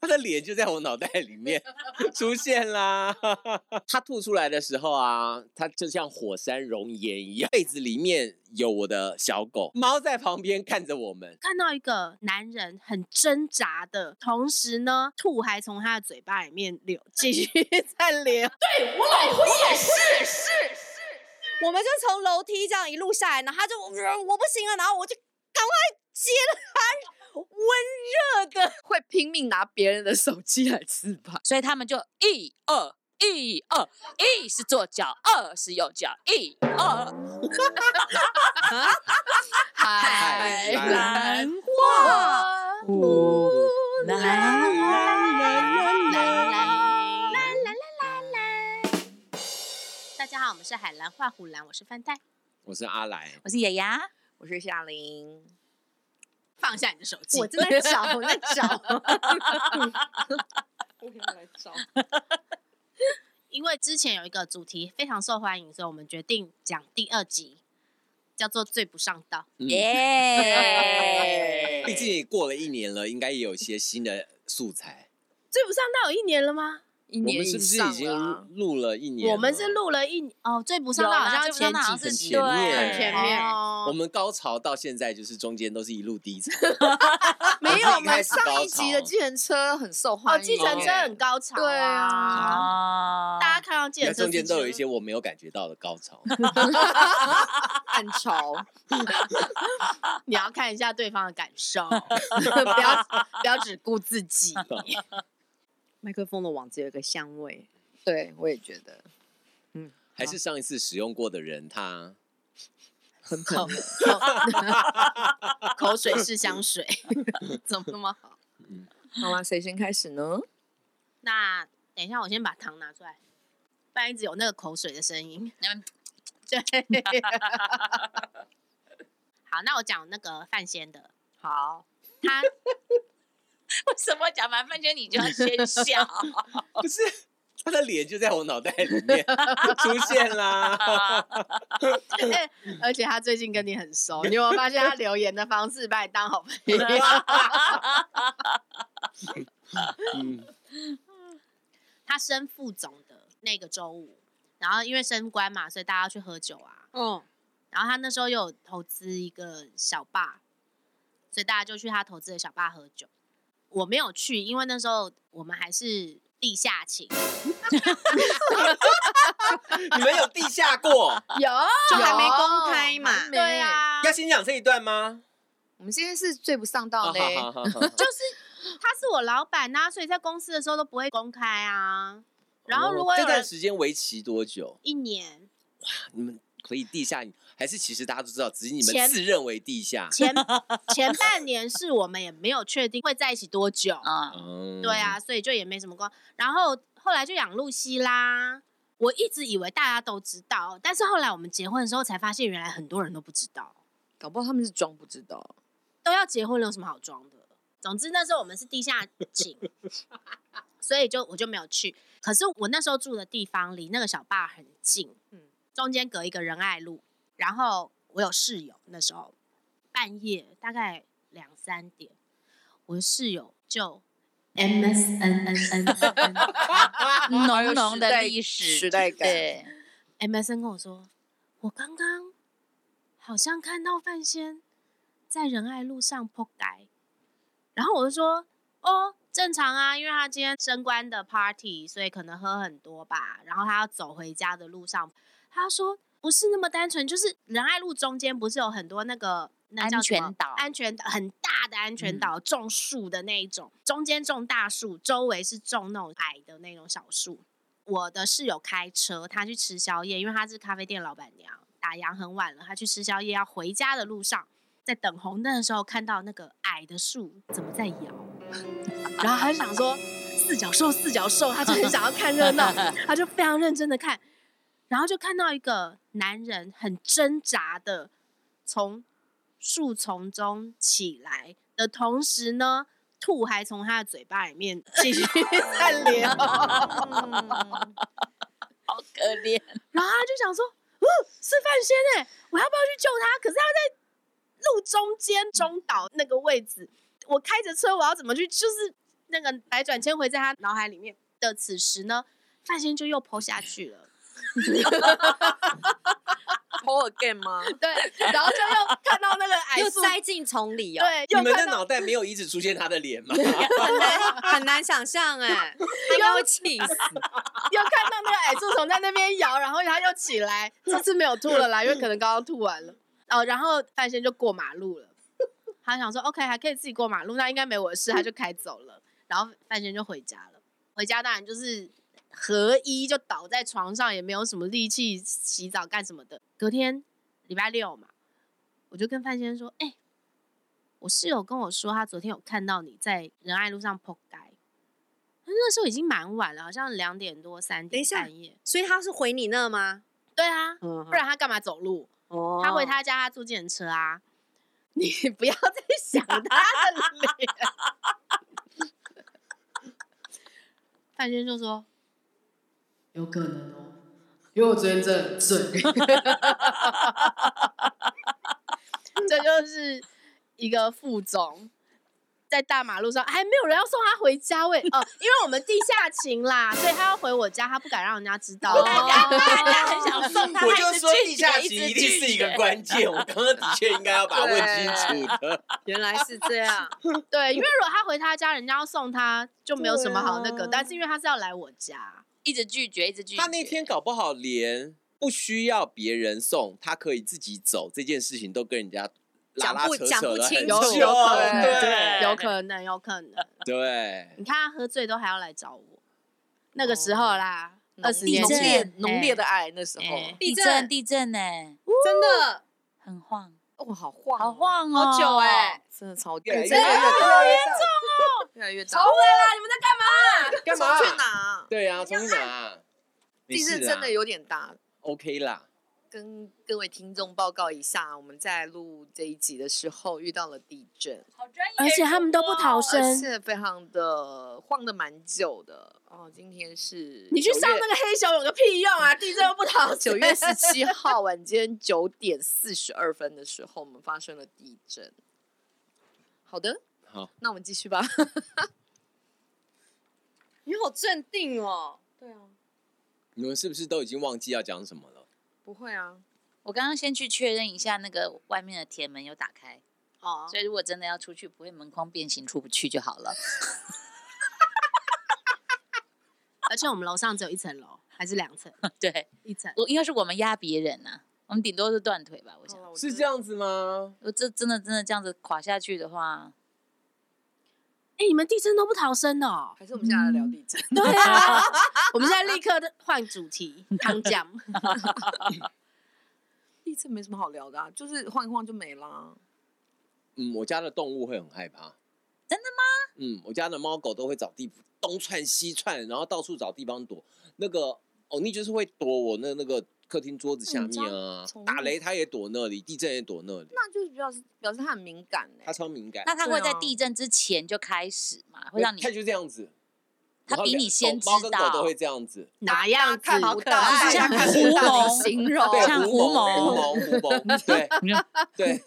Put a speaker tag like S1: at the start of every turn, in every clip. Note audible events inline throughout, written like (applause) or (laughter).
S1: 他的脸就在我脑袋里面出现啦。 (laughs) 他吐出来的时候啊，他就像火山熔岩一样，被子里面有我的小狗，猫在旁边看着我们。
S2: 看到一个男人很挣扎的同时呢，吐还从他的嘴巴里面流，继续在流。
S3: 我们就从楼梯这样一路下来，然后他就、呃我不行了，然后我就赶快接了他温热的，
S4: 会拼命拿别人的手机来自拍，
S5: 所以他们就一二一二，一是左脚，二是右脚，一二。
S4: 海
S1: 海
S4: 蓝
S2: 蓝
S4: 哇，
S5: 五啦
S2: 大家好，我们是海蓝画虎蓝，我是范戴，
S1: 我是阿来，
S5: 我是雅雅，
S4: 我是夏琳，
S2: 放下你的手机
S3: 我正在找，我在
S4: (laughs)
S3: 找，
S2: 因为之前有一个主题非常受欢迎，所以我们决定讲第二集，叫做“最不上道
S1: 嗯
S4: (laughs)
S5: 耶！
S1: (laughs) 毕竟也过了一年了，应该也有一些新的素材。”。
S2: 最不上道有一年了吗？
S4: 一
S1: 我
S4: 年
S1: 们
S4: 以
S1: 是不是
S4: 上
S1: 已经
S4: 了啊
S1: 录了一年了？啊
S2: 我们是录了一哦，最不上
S5: 有
S2: 道好
S5: 啦
S2: 像
S5: 最不上
S2: 前哦
S5: 道好像
S2: 几
S5: 是
S1: 很
S2: 集
S1: 前面
S5: 对
S1: 很
S4: 前面
S1: 我
S2: 哦，
S1: 们高潮到现在就是中间都是一路低
S2: (laughs)
S1: 潮，
S4: 没有，我
S1: 一开
S4: 们
S1: 始
S4: 上
S1: 高
S4: 一集的
S1: 潮
S4: 计程车很受欢
S2: 哦，
S4: 迎，
S2: 计程车很高潮，
S4: 对啊，
S5: 哦，
S2: 大家看到计
S1: 那
S2: 程车
S1: 中间
S2: 司
S1: 都
S2: 机
S1: 有一些我没有感觉到的高潮。
S3: 哦
S4: 暗潮，
S2: 你要看一下对方的感 (laughs) 受，不
S4: (laughs)
S2: 要不要只顾自己。
S3: 麦克风的网子有一个香味，
S4: 对我也觉得
S1: 还是上一次使用过的人，他
S3: 很可能
S2: (laughs) 口水是香水， (laughs) 怎么那么好？
S4: 好啦，谁先开始呢？
S2: 那等一下，我先把糖拿出来，不然一直有那个口水的声音。 (laughs) 对，好，那我讲那个范先的，
S4: 好，
S2: 他
S5: 为什么讲完饭圈你就要先 (laughs) 笑？
S1: (laughs) 不是他的脸就在我脑袋里面 (laughs) 出现啦。 (laughs)
S2: 而且他最近跟你很熟，你有没有发现他留言的方式把你当好朋友？
S1: 嗯，
S2: 他升副总的那个周五，然后因为升官嘛，所以大家要去喝酒啊。
S3: 嗯，
S2: 然后他那时候又有投资一个小坝，所以大家就去他投资的小坝喝酒。我没有去，因为那时候我们还是地下情，
S1: 你们有地下过？ (laughs)
S2: 有
S3: 就还没公开嘛，
S4: 还没
S2: 对啊，
S1: 要先讲这一段吗？
S4: 我们今天是最不上道嘞，
S1: 好好好好
S2: 他是我老板呐、所以在公司的时候都不会公开啊。然后如果
S1: 哦这
S2: 有
S1: 段
S2: 人
S1: 时间为期多久？
S2: 一年
S1: 你们可以地下，还是其实大家都知道，只是你们
S2: 前
S1: 自认为地下。
S2: 前前半年是我们也没有确定会在一起多久，
S5: 啊，
S1: 嗯
S2: 对，啊，所以就也没什么光。然后后来就养露西啦。我一直以为大家都知道，但是后来我们结婚的时候才发现，原来很多人都不知道。
S4: 搞不好他们是装不知
S1: (laughs)
S4: 道，
S2: 都要结婚了，有什么好装的？总之那时候我们是地下情， (laughs) 所以就我就没有去。可是我那时候住的地方离那个小坝很近，
S4: 嗯
S2: 中间隔一个仁爱路。然后我有室友，那时候半夜大概两三点，我的室友就 M S N N N N
S5: 浓浓
S4: 时
S5: 的
S4: 代
S5: 历史
S4: 时代感
S5: 对，
S2: M S N 跟我说，我刚刚好像看到范先在仁爱路上破改，然后我就说，哦，正常啊，因为他今天升官的 party，所以可能喝很多吧，然后他要走回家的路上，他说不是那么单纯，就是仁爱路中间不是有很多那个。那叫什么
S5: 安全岛嗯
S2: 安全岛很大的安全岛，种树的那一种，中间种大树，周围是种那种矮的那种小树。我的室友开车，她去吃宵夜，因为她是咖啡店老板娘，打烊很晚了，她去吃宵夜，要回家的路上，在等红灯的时候，看到那个矮的树怎么在摇，然后她就想说四角兽，四角兽，她就很想要看热闹，她就非常认真的看，然后就看到一个男人很挣扎的从树丛中起来的同时呢。吐还从他的嘴巴里面继续 (laughs) 在流， (laughs)
S5: 好可怜。
S2: 然后他就想说，嗯，是范欸先哎、我要不要去救他？可是他在路中间中岛那个位置，我开着车，我要怎么去？就是那个百转千回在他脑海里面的此时呢，范先生就又剖下去了。
S4: ，Call again (laughs) 吗？
S2: 对，然后就又看到那个矮
S3: 又
S2: 树，
S3: 栽进丛里哦，
S2: 对，
S1: 你
S2: 又
S1: 们
S2: 看
S1: 的
S2: 到
S1: 脑袋没有一直出现他的脸
S2: (laughs)
S1: 吗？
S3: 很难很难想象哎，他应该会气
S4: (laughs)
S3: 死。
S2: 又看到那个矮树丛在那边摇，然后他又起来，这次没有吐了啦，因为可能刚刚吐完了。哦，然后范先生就过马路了，他想说 OK 还可以自己过马路，那应该没我的事，他就开走了。然后范先生就回家了，回家当然就是合一就倒在床上，也没有什么力气洗澡干什么的。隔天礼拜六嘛，我就跟范先生说，哎、我室友跟我说，他昨天有看到你在仁爱路上扑街。那个时候已经蛮晚了，好像两点多、三
S3: 等
S2: 点
S3: 一下
S2: 半夜。
S3: 所以他是回你那吗？
S2: 对啊，
S3: 嗯，
S2: 不然他干嘛走路？
S3: 哦
S2: 他回他家，他坐计程车啊。 (laughs) 你不要再想他的脸。范先生就说
S6: 有可能哦，因为我昨天真的很醉。：“
S2: 这就是一个副总，在大马路上，还没有人要送他回家喂。哦，因为我们地下情啦，所以他要回我家，他不敢让人家知道。哦
S3: 大家大家很想送他，
S1: 我
S3: 他
S1: 就
S3: 一直
S1: 说
S3: 拒
S1: 地
S3: 绝
S1: 下
S3: 一
S1: 情
S3: 直
S1: 一定
S3: 拒
S1: 是一
S3: 绝
S1: 个关键，我刚刚的确应该要把它问清楚的。
S3: 原来是这样，
S2: 对，因为如果他回他家，人家要送他，就没有什么好那个。
S3: 对啊
S2: 但是因为他是要来我家，
S5: 一直拒绝，一直拒绝。
S1: 他那天搞不好连不需要别人送，他可以自己走这件事情都跟人家拉
S3: 讲
S1: 拉
S3: 不
S1: 扯
S3: 讲
S1: 扯
S3: 不
S1: 了很
S3: 清
S1: 久
S3: 楚
S4: 有可能
S1: 对
S2: 有可能，有可能。
S1: 对，
S2: 你看他喝醉都还要来找我，那个时候啦，二十
S4: 浓
S2: 年
S4: 浓烈
S2: 前
S4: 浓烈的，爱那时候，
S2: 哎
S5: 地震，地震呢、
S3: 真的
S5: 很晃，
S4: 哦，好欸晃，
S5: 好，晃哦，
S3: 好久哎，
S4: 真的超
S1: 越来越
S4: 真的
S1: 大
S4: 越大，越重哦，越来越大。
S1: 干嘛？
S3: 去哪？
S1: 对啊，重新拿。没
S4: 地
S1: 事啊
S4: 震
S1: 啦
S4: 真的有点大，
S1: OK 啦，
S4: 跟各位听众报告一下，我们在录这一集的时候遇到了地震，
S5: 好专业哦
S2: 而且他们都不逃
S5: 生。
S4: 而
S2: 生。
S4: 且非常的晃的蛮久的。哦，今天是
S2: 你去上
S4: 9月
S2: 那个黑熊有个屁用啊！地震又不逃
S4: 九月
S2: (laughs)
S4: 十七号晚间九点四十二分的时候，我们发生了地震。好的，
S1: 好，
S4: 那我们继续吧。 (laughs)
S3: 你好镇定哦。对啊，
S1: 你们是不是都已经忘记要讲什么了？
S4: 不会啊，
S5: 我刚刚先去确认一下那个外面的铁门有打开，
S2: 哦，
S5: 所以如果真的要出去，不会门框变形出不去就好了。 (laughs)
S2: 而且我们楼上只有一层楼，还是两层？
S5: 对，
S2: 一层。
S5: 我应该是我们压别人呐、啊我们顶多是断腿吧，我
S4: 哦
S5: 想。
S1: 是这样子吗？
S5: 我这真的真的这样子垮下去的话，
S2: 哎，你们地震都不逃生
S4: (laughs)
S2: 的哦？
S4: 还是我们现在来聊地震。
S2: 对啊，我们现在立刻换主题，汤讲。
S4: 地震没什么好聊的、啊，就是晃一晃就没啦。
S1: 嗯，我家的动物会很害怕。
S5: 真的
S1: 吗？嗯，我家的猫狗都会找地东窜西窜，然后到处找地方躲。那个欧尼就是会躲我那那个客厅桌子下
S4: 嗯抓
S1: 面啊
S4: 宠，物
S1: 打雷它也躲那里，地震也躲那里，
S4: 那就是表示表示他很敏感欸呢、
S1: 它超敏感。
S5: 那他会
S4: 对
S5: 在
S4: 啊
S5: 地震之前就开始嘛？会让你
S1: 它就这样子，
S5: 它
S1: 然后
S5: 比
S1: 两
S5: 你先
S1: 狗猫
S5: 知
S1: 跟狗
S5: 道
S1: 都会这样子。
S2: 哪样子？
S4: 看不到
S2: 就是像
S5: 像
S2: 狐
S5: 狐
S2: 獴
S5: 獴
S4: 形容
S1: 对，
S5: 哦像
S1: 狐
S5: 狐
S1: 獴，狐
S5: 獴
S1: 獴，
S5: (laughs)
S1: 狐獴，对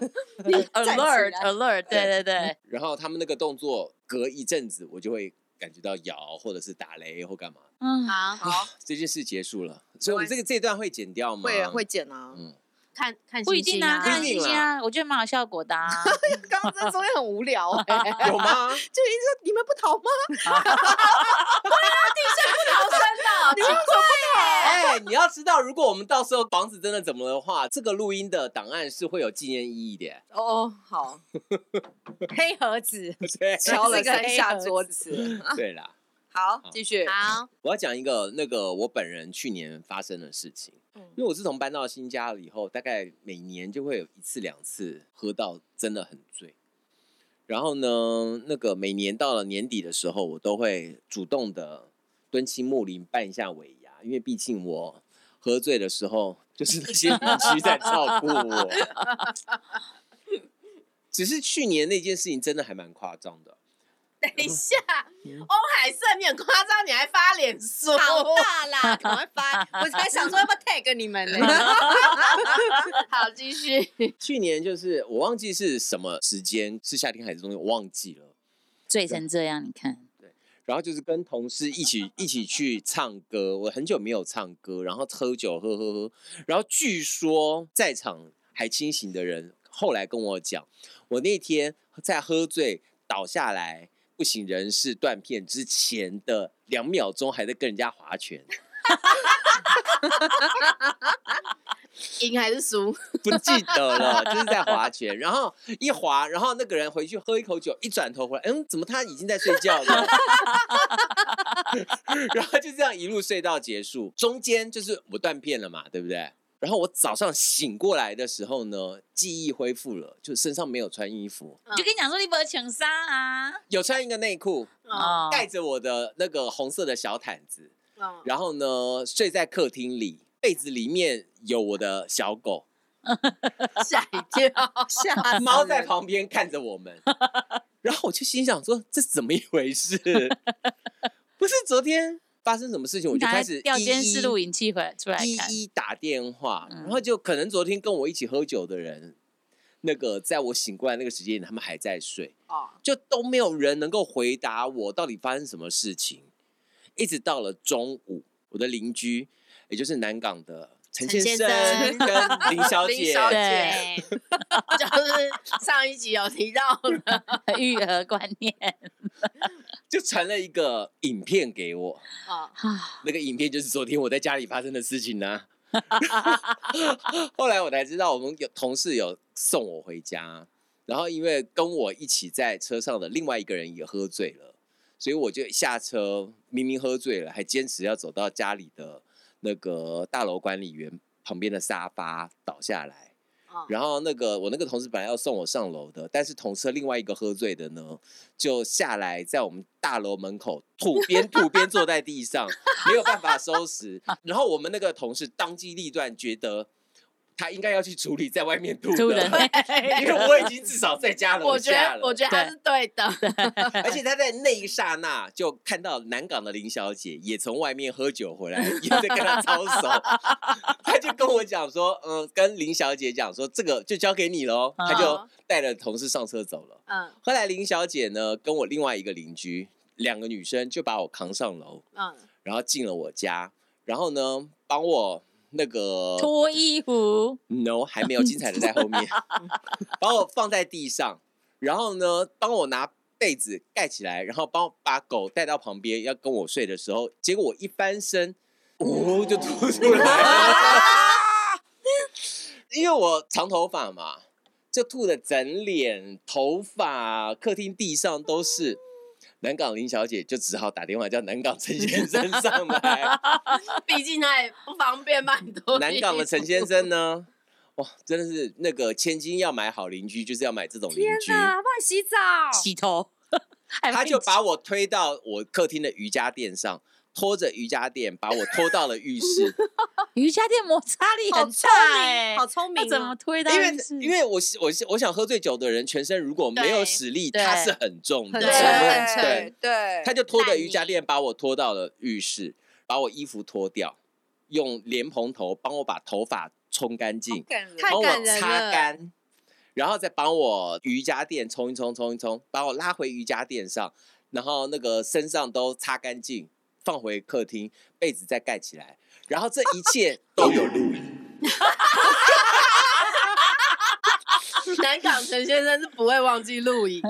S1: 对。
S5: alert alert，对对对，
S1: 然后他们那个动作隔一阵子，我就会感觉到摇或者是打雷或干嘛。
S5: 嗯，
S2: 好，
S4: 好，
S1: 这件事结束了，所以我们这个这一段会剪掉吗？
S4: 会会，剪啊。
S1: 嗯，
S2: 看看
S5: 不一
S2: 星
S5: 定
S2: 星
S5: 啊，看
S1: 不一定
S5: 星星
S1: 啦
S5: 啊，我觉得蛮有效果的 (laughs) 啊。
S4: 刚刚这中间很无聊、 (laughs) 欸，就一直
S1: 有吗？
S4: 说你们不逃吗？
S3: (laughs)
S1: 哎，你要知道，如果我们到时候房子真的怎么的话，这个录音的档案是会有纪念意义
S4: (laughs)
S1: 的。
S4: 哦，好，
S3: 黑盒子，
S1: 对，
S4: 敲了
S3: 是个
S4: 三
S3: 黑
S4: 下
S3: 盒
S4: 桌子。
S1: 对啦，
S4: 好
S5: 嗯
S1: 好，
S4: 继续。
S2: 好，
S1: 我要讲一个那个我本人去年发生的事情。因为我自从搬到新家了以后，大概每年就会有一次两次喝到真的很醉。然后呢，那个每年到了年底的时候，我都会主动的蹲青木林办一下尾牙，因为毕竟我喝醉的时候，就是那些邻居在照顾我。 (laughs) 只是去年那件事情真的还蛮夸张的。
S2: 等一下，欧海胜你很夸张，你还发脸书，
S3: 好
S4: 哦
S3: 大啦，赶快发！我才想
S4: (laughs)
S3: 说要不要 tag 你们呢？
S4: 好，继续。
S1: 去年就是我忘记是什么时间，是夏天还是冬天，我忘记了。
S5: 醉成这样，你看，
S1: 然后就是跟同事一起一起去唱歌，我很久没有唱歌，然后喝酒喝喝喝，然后据说在场还清醒的人后来跟我讲，我那天在喝醉倒下来不省人事断片之前的两秒钟还在跟人家划拳，
S4: 赢还是输？
S1: 不记得了，就是在划拳，然后一划，然后那个人回去喝一口酒，一转头回来，嗯，怎么他已经在睡觉了？ (laughs) 然后就这样一路睡到结束，中间就是我断片了嘛，对不对？然后我早上醒过来的时候呢，记忆恢复了，就身上没有穿衣服，
S5: 就跟你讲说你不要抢杀啊，
S1: 有穿一个内裤，
S5: 哦，
S1: 盖着我的那个红色的小毯子，
S2: 嗯
S1: 然后呢睡在客厅里，被子里面有我的小狗。
S4: (laughs) 吓一
S3: (laughs)
S4: 跳！ (laughs) 吓
S1: 猫在旁边看着我
S5: (laughs)
S1: 们，然后我就心想说：“这怎么一回事？ (laughs) 不是昨天发生什么事情？”我就
S5: 拿
S1: 开
S5: 来
S1: 始
S5: 调
S1: 一
S5: 监视
S1: 一
S5: 录影器回来出来看，
S1: 一一打电话，然
S5: 嗯
S1: 后就可能昨天跟我一起喝酒的人，那个在我醒过来那个时间，他们还在睡，
S4: 哦
S1: 就都没有人能够回答我到底发生什么事情。一直到了中午，我的邻居，也就是南港的陈
S2: 陈
S1: 先
S2: 先生
S1: 跟林
S5: (laughs)
S1: 小
S4: 林
S1: 姐，
S4: 小姐
S5: 对，
S2: 对，
S4: 就是上一集有提到了，
S5: (laughs) 育儿观念
S1: 就传了一个影片给我。
S4: (laughs) 哦
S5: 啊，
S1: 那个影片就是昨天我在家里发生的事情呢、 (laughs) 后来我才知道，我们有同事有送我回家，然后因为跟我一起在车上的另外一个人也喝醉了，所以我就下车，明明喝醉了，还坚持要走到家里的那个大楼管理员旁边的沙发倒下来。
S4: 哦
S1: 然后那个我那个同事本来要送我上楼的，但是同车另外一个喝醉的呢，就下来在我们大楼门口吐，边吐边坐在地上，没有办法收拾。然后我们那个同事当机立断，觉得他应该要去处理在外面吐
S5: 突
S1: 的，
S5: 然
S1: 因为哎我已经至少在家楼
S4: 哎我觉
S1: 下
S4: 得我
S1: 了。
S4: 觉得他是对的，
S1: 而且他在那一刹那就看到南港的林小姐也从外面喝酒回来，也在跟他操手， (laughs) 他就跟我讲说，嗯，跟林小姐讲说这个就交给你喽，他就带着同事上车走了。
S4: 嗯
S1: 后来林小姐呢，跟我另外一个邻居，两个女生就把我扛上楼，
S4: 嗯，
S1: 然后进了我家，然后呢，帮我那个
S5: 脱衣服，
S1: no 还没有精彩的在后面，把我放在地上，然后呢，帮我拿被子盖起来，然后帮我把狗带到旁边要跟我睡的时候，结果我一翻身，呜、就吐出来了， (laughs) 因为我长头发嘛，就吐的整脸、头发、客厅地上都是。南港林小姐就只好打电话叫南港陈先生上来，
S4: 嗯毕竟他也不方便卖多。
S1: 南港的陈先生
S4: (laughs)
S1: 呢？哇，真的是那个千金要买好邻居，就是要买这种邻
S3: 天
S1: 居。
S3: 哪，帮你洗澡，
S5: 洗头，哦还
S1: 他
S5: 被
S1: 就把我推到我客厅的瑜伽垫上，拖着瑜伽垫把我拖到了浴室，
S4: (laughs)
S5: 瑜伽垫摩擦力
S3: (laughs) 好
S5: 很
S3: 聪
S5: 大
S3: 明，
S5: 哎
S3: 好，聪明
S5: 他
S3: 哦，
S5: 怎么推到
S1: 因为
S5: 浴室？
S1: 因为我我我想喝醉酒的人全身如果没有
S2: 对
S1: 实力，
S5: 对
S1: 他是很重的，
S3: 对
S4: 很沉重
S1: 对
S4: 很沉
S1: 对，
S3: 对，
S1: 他就拖着
S2: 烂
S1: 瑜伽
S2: 泥
S1: 垫把我拖到了浴室，把我衣服脱掉，用莲蓬头帮我把头发冲干净，
S3: 太
S1: 帮我
S3: 感人
S1: 擦
S3: 了
S1: 干，然后再帮我瑜伽垫冲一冲，冲一冲，把我拉回瑜伽垫上，然后那个身上都擦干净，放回客厅，被子再盖起来，然后这一切都有录音。
S4: 南港陈先生是不会忘记录
S1: (laughs)
S4: 影，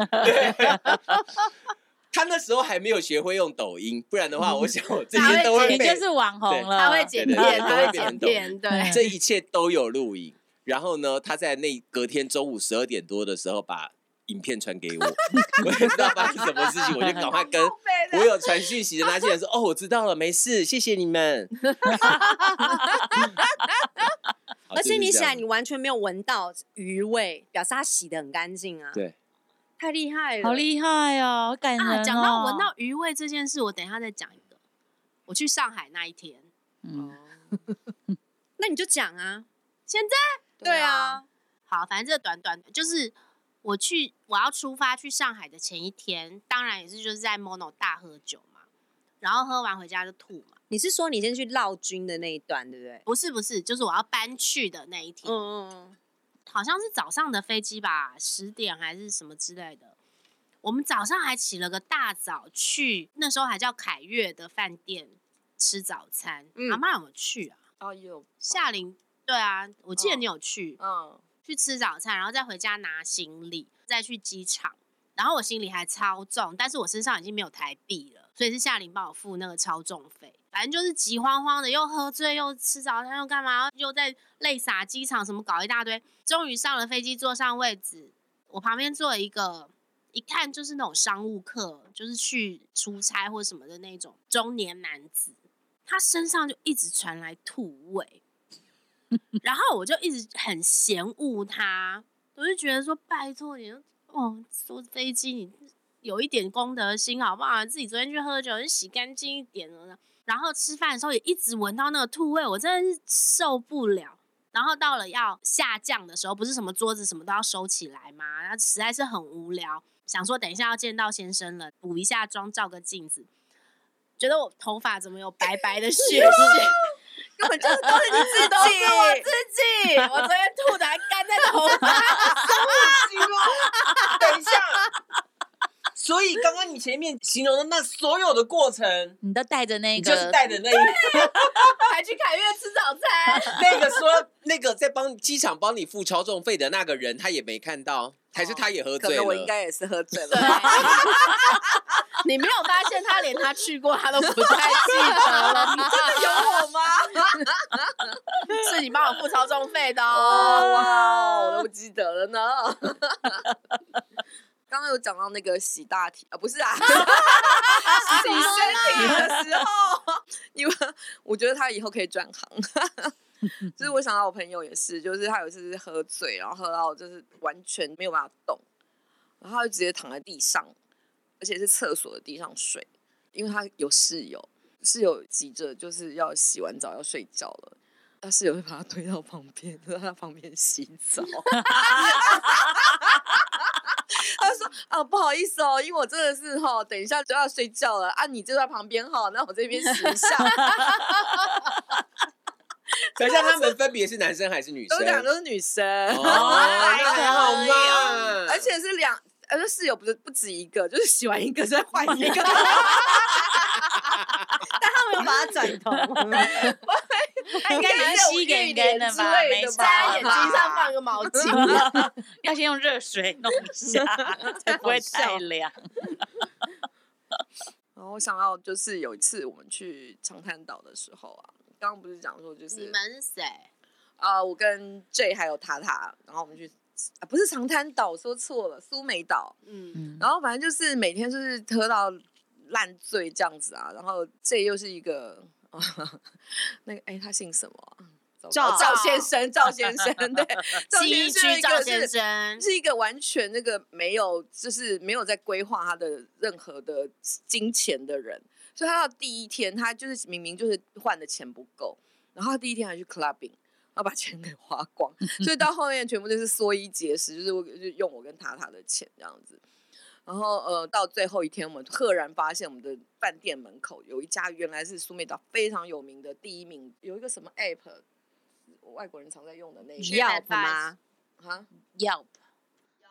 S1: 他那时候还没有学会用抖音，不然的话，我想我这
S4: 他
S1: 些
S4: 会
S1: 都会
S5: 你
S1: 被
S5: 就，是网红了，
S4: 他会剪
S1: 对对
S4: 片，
S1: 对
S4: 他会剪片，
S1: (laughs)
S4: 对，
S1: 这一切都有录影。然后呢，他在那隔天中午十二点多的时候把影片传给我， (laughs) 我也知道发生什么事情，我就赶快跟 (laughs) 我有传讯息的那些人说：“哦，我知道了，没事，谢谢你 (laughs) 们。好”
S3: 而且你
S1: 想，
S3: 想，你完全没有闻到鱼味，表示它洗的很干净啊，
S1: 对，
S3: 太厉害了，
S5: 好厉害哦，好感人
S2: 啊，
S5: 哦。
S2: 讲到闻到鱼味这件事，我等一下再讲一个。我去上海那一天，
S5: 嗯，
S3: 那你就讲啊，
S2: 现在
S3: 对啊，
S2: 好，反正这短短的，就是我去我要出发去上海的前一天，当然也是就是在 Mono 大喝酒嘛，然后喝完回家就吐嘛。
S3: 你是说你先去绕军的那一段，对不对？
S2: 不是不是，就是我要搬去的那一天，
S3: 嗯，
S2: 好像是早上的飞机吧，十点还是什么之类的。我们早上还起了个大早去，那时候还叫凯悦的饭店吃早餐。
S3: 嗯
S2: 阿妈有没有去啊？
S4: 哦，有
S2: 夏琳，对啊，我记得
S4: 嗯
S2: 你有去、
S4: 嗯，
S2: 去吃早餐，然后再回家拿行李，再去机场。然后我行李还超重，但是我身上已经没有台币了，所以是夏琳帮我付那个超重费。反正就是急慌慌的，又喝醉，又吃早餐，又干嘛，又在累傻机场什么搞一大堆。终于上了飞机，坐上位置，我旁边坐了一个，一看就是那种商务客，就是去出差或什么的那种中年男子，他身上就一直传来吐味，然后我就一直很嫌恶他，我就觉得说，拜托你，哦，坐飞机你有一点公德心好不好？自己昨天去喝酒，你洗干净一点了。然后吃饭的时候也一直闻到那个吐味，我真的是受不了。然后到了要下降的时候，不是什么桌子什么都要收起来吗？然后实在是很无聊，想说等一下要见到先生了，补一下妆，照个镜子，觉得我头发怎么有白白的血 (laughs) 线？
S3: (laughs) 根本就是都是你
S4: (laughs)
S3: 自己，
S2: 哦
S3: 都是我自己。我昨天吐的还干在头发， (laughs)
S7: 形容，等一下。所以刚刚你前面形容的那所有的过程，
S5: 你都带着那
S7: 你
S5: 个，
S7: 就是
S5: (laughs)
S7: 带着那一
S3: 还去凯悦吃早餐。
S1: (laughs)
S3: (laughs)
S1: 那个说那个在帮机场帮你付超重费的那个人，他也没看到，还是他也喝
S4: 哦可
S1: 醉
S4: 能
S1: 了？
S4: 我应该也是喝醉
S2: 对
S4: 了。， (laughs)
S2: 你没有发现他连他去过他都不太记得了吗？
S4: 有我吗？
S3: (laughs)
S2: 是你帮我付超重费的
S4: 哦，
S2: 哦。
S3: (laughs)
S4: 哇，我都不记得 (laughs) 了呢。刚刚有讲到那个洗大体啊，不 (laughs) 是啊，洗身体的时候，因为我觉得他以后可以转行。 (laughs) 就是我想到我朋友也是，就是他有一次是喝醉，然后喝到就是完全没有办法动，然后他就直接躺在地上，而且是厕所的地上睡，因为他有室友，室友急着就是要洗完澡要睡觉了。他室友会把他推到旁边， (laughs) 让他旁边洗澡。 (laughs) 他就说：“啊，不好意思哦，因为我真的是哈、等一下就要睡觉了啊，你就在旁边哈、那我这边洗一下。
S1: 等一下他们分别是男生还是女生
S4: 都？两个都是女生， (laughs)
S1: 哦，那好嘛！
S4: 而且是两，而且室友不是不止一个，就是洗完一个再换一个。 (laughs)
S3: 他们有把他转头，
S4: (laughs)
S5: 他应该已经吸给干了吧？
S4: 应该
S5: 没
S4: 有浴帘之类的吧
S5: 擦，
S4: (laughs)
S2: 眼睛上放个毛巾，
S5: 要先用热水弄一下， (laughs) 才不会太凉。
S4: 然后我想到就是有一次我们去长滩岛的时候啊，刚刚不是讲说就是
S2: 你们是谁？
S4: 啊，我跟 J 还有塔塔，然后我们去啊，不是长滩岛，说错了，苏梅岛。
S2: 嗯，
S5: 嗯，
S4: 然后反正就是每天就是喝到烂醉这样子啊，然后这又是一个， (laughs) 那个哎、他姓什么啊、
S2: 赵
S4: 赵先生，赵先生，对，赵
S2: 记
S4: 先
S2: 忆
S4: 生
S2: 区
S4: 一
S2: 赵
S4: 个
S2: 先
S4: 是
S2: 生，
S4: 是一个完全那个没有，就是没有在规划他的任何的金钱的人，所以他到第一天，他就是明明就是换的钱不够，然后他第一天还去 clubbing，然后把钱给花光，所以到后面全部就是缩衣节食，就是我就用我跟塔塔的钱这样子。然后呃，到最后一天，我们赫然发现我们的饭店门口有一家原来是苏梅岛非常有名的第一名，有一个什么 app，外国人常在用的那个
S2: Yelp
S4: 吗？啊，
S5: Yelp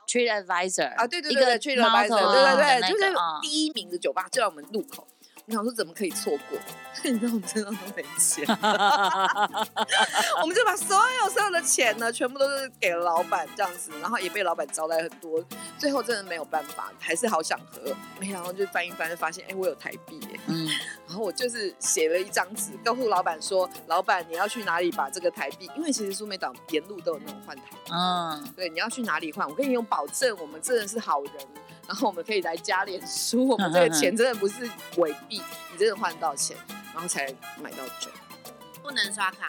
S5: Trade Advisor
S4: 啊，对对对对，去了白色，
S5: model
S4: 对
S5: 的
S4: 对
S5: 那
S4: 对，就
S5: 个
S4: 是
S5: 嗯
S4: 第一名的酒吧就在我们路口。我想说怎么可以错过？ (laughs) 你知道我们身上都没
S5: (laughs)
S4: 钱，我们就把所有所有的钱呢，全部都是给了老板这样子，然后也被老板招待很多。最后真的没有办法，还是好想喝，没想到就翻一翻，就发现哎，我有台币耶。
S5: 嗯，
S4: 然后我就是写了一张纸，告诉老板说，老板你要去哪里把这个台币？因为其实苏梅岛沿路都有那种换台币的
S5: 嗯，
S4: 对，你要去哪里换？我跟你用保证，我们真的是好人，然后我们可以来加脸书，
S3: 嗯
S4: 我们这个钱真的不是伪币，你真的换到钱，然后才买到酒。
S2: 不能刷卡，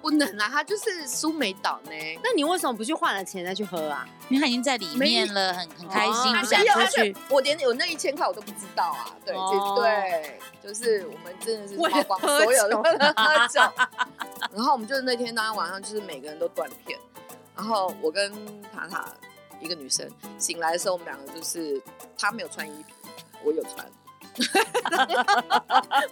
S4: 不能啊，它就是苏梅岛呢。
S3: 那你为什么不去换了钱再去喝啊？
S5: 因为他已经在里面了，很很开心，
S4: 啊
S5: 不想
S4: 没有而
S5: 出
S4: 且
S5: 去。
S4: 我连有那一千块我都不知道啊。对，这
S3: 哦
S4: 对，就是我们真的是
S3: 为了
S4: 花光
S3: 喝
S4: 所有的
S3: 酒
S4: 为了喝酒。然后我们就是那天当天晚上就是每个人都断片，然后我跟塔塔一个女生醒来的时候，我们两个就是她没有穿衣服，我有穿。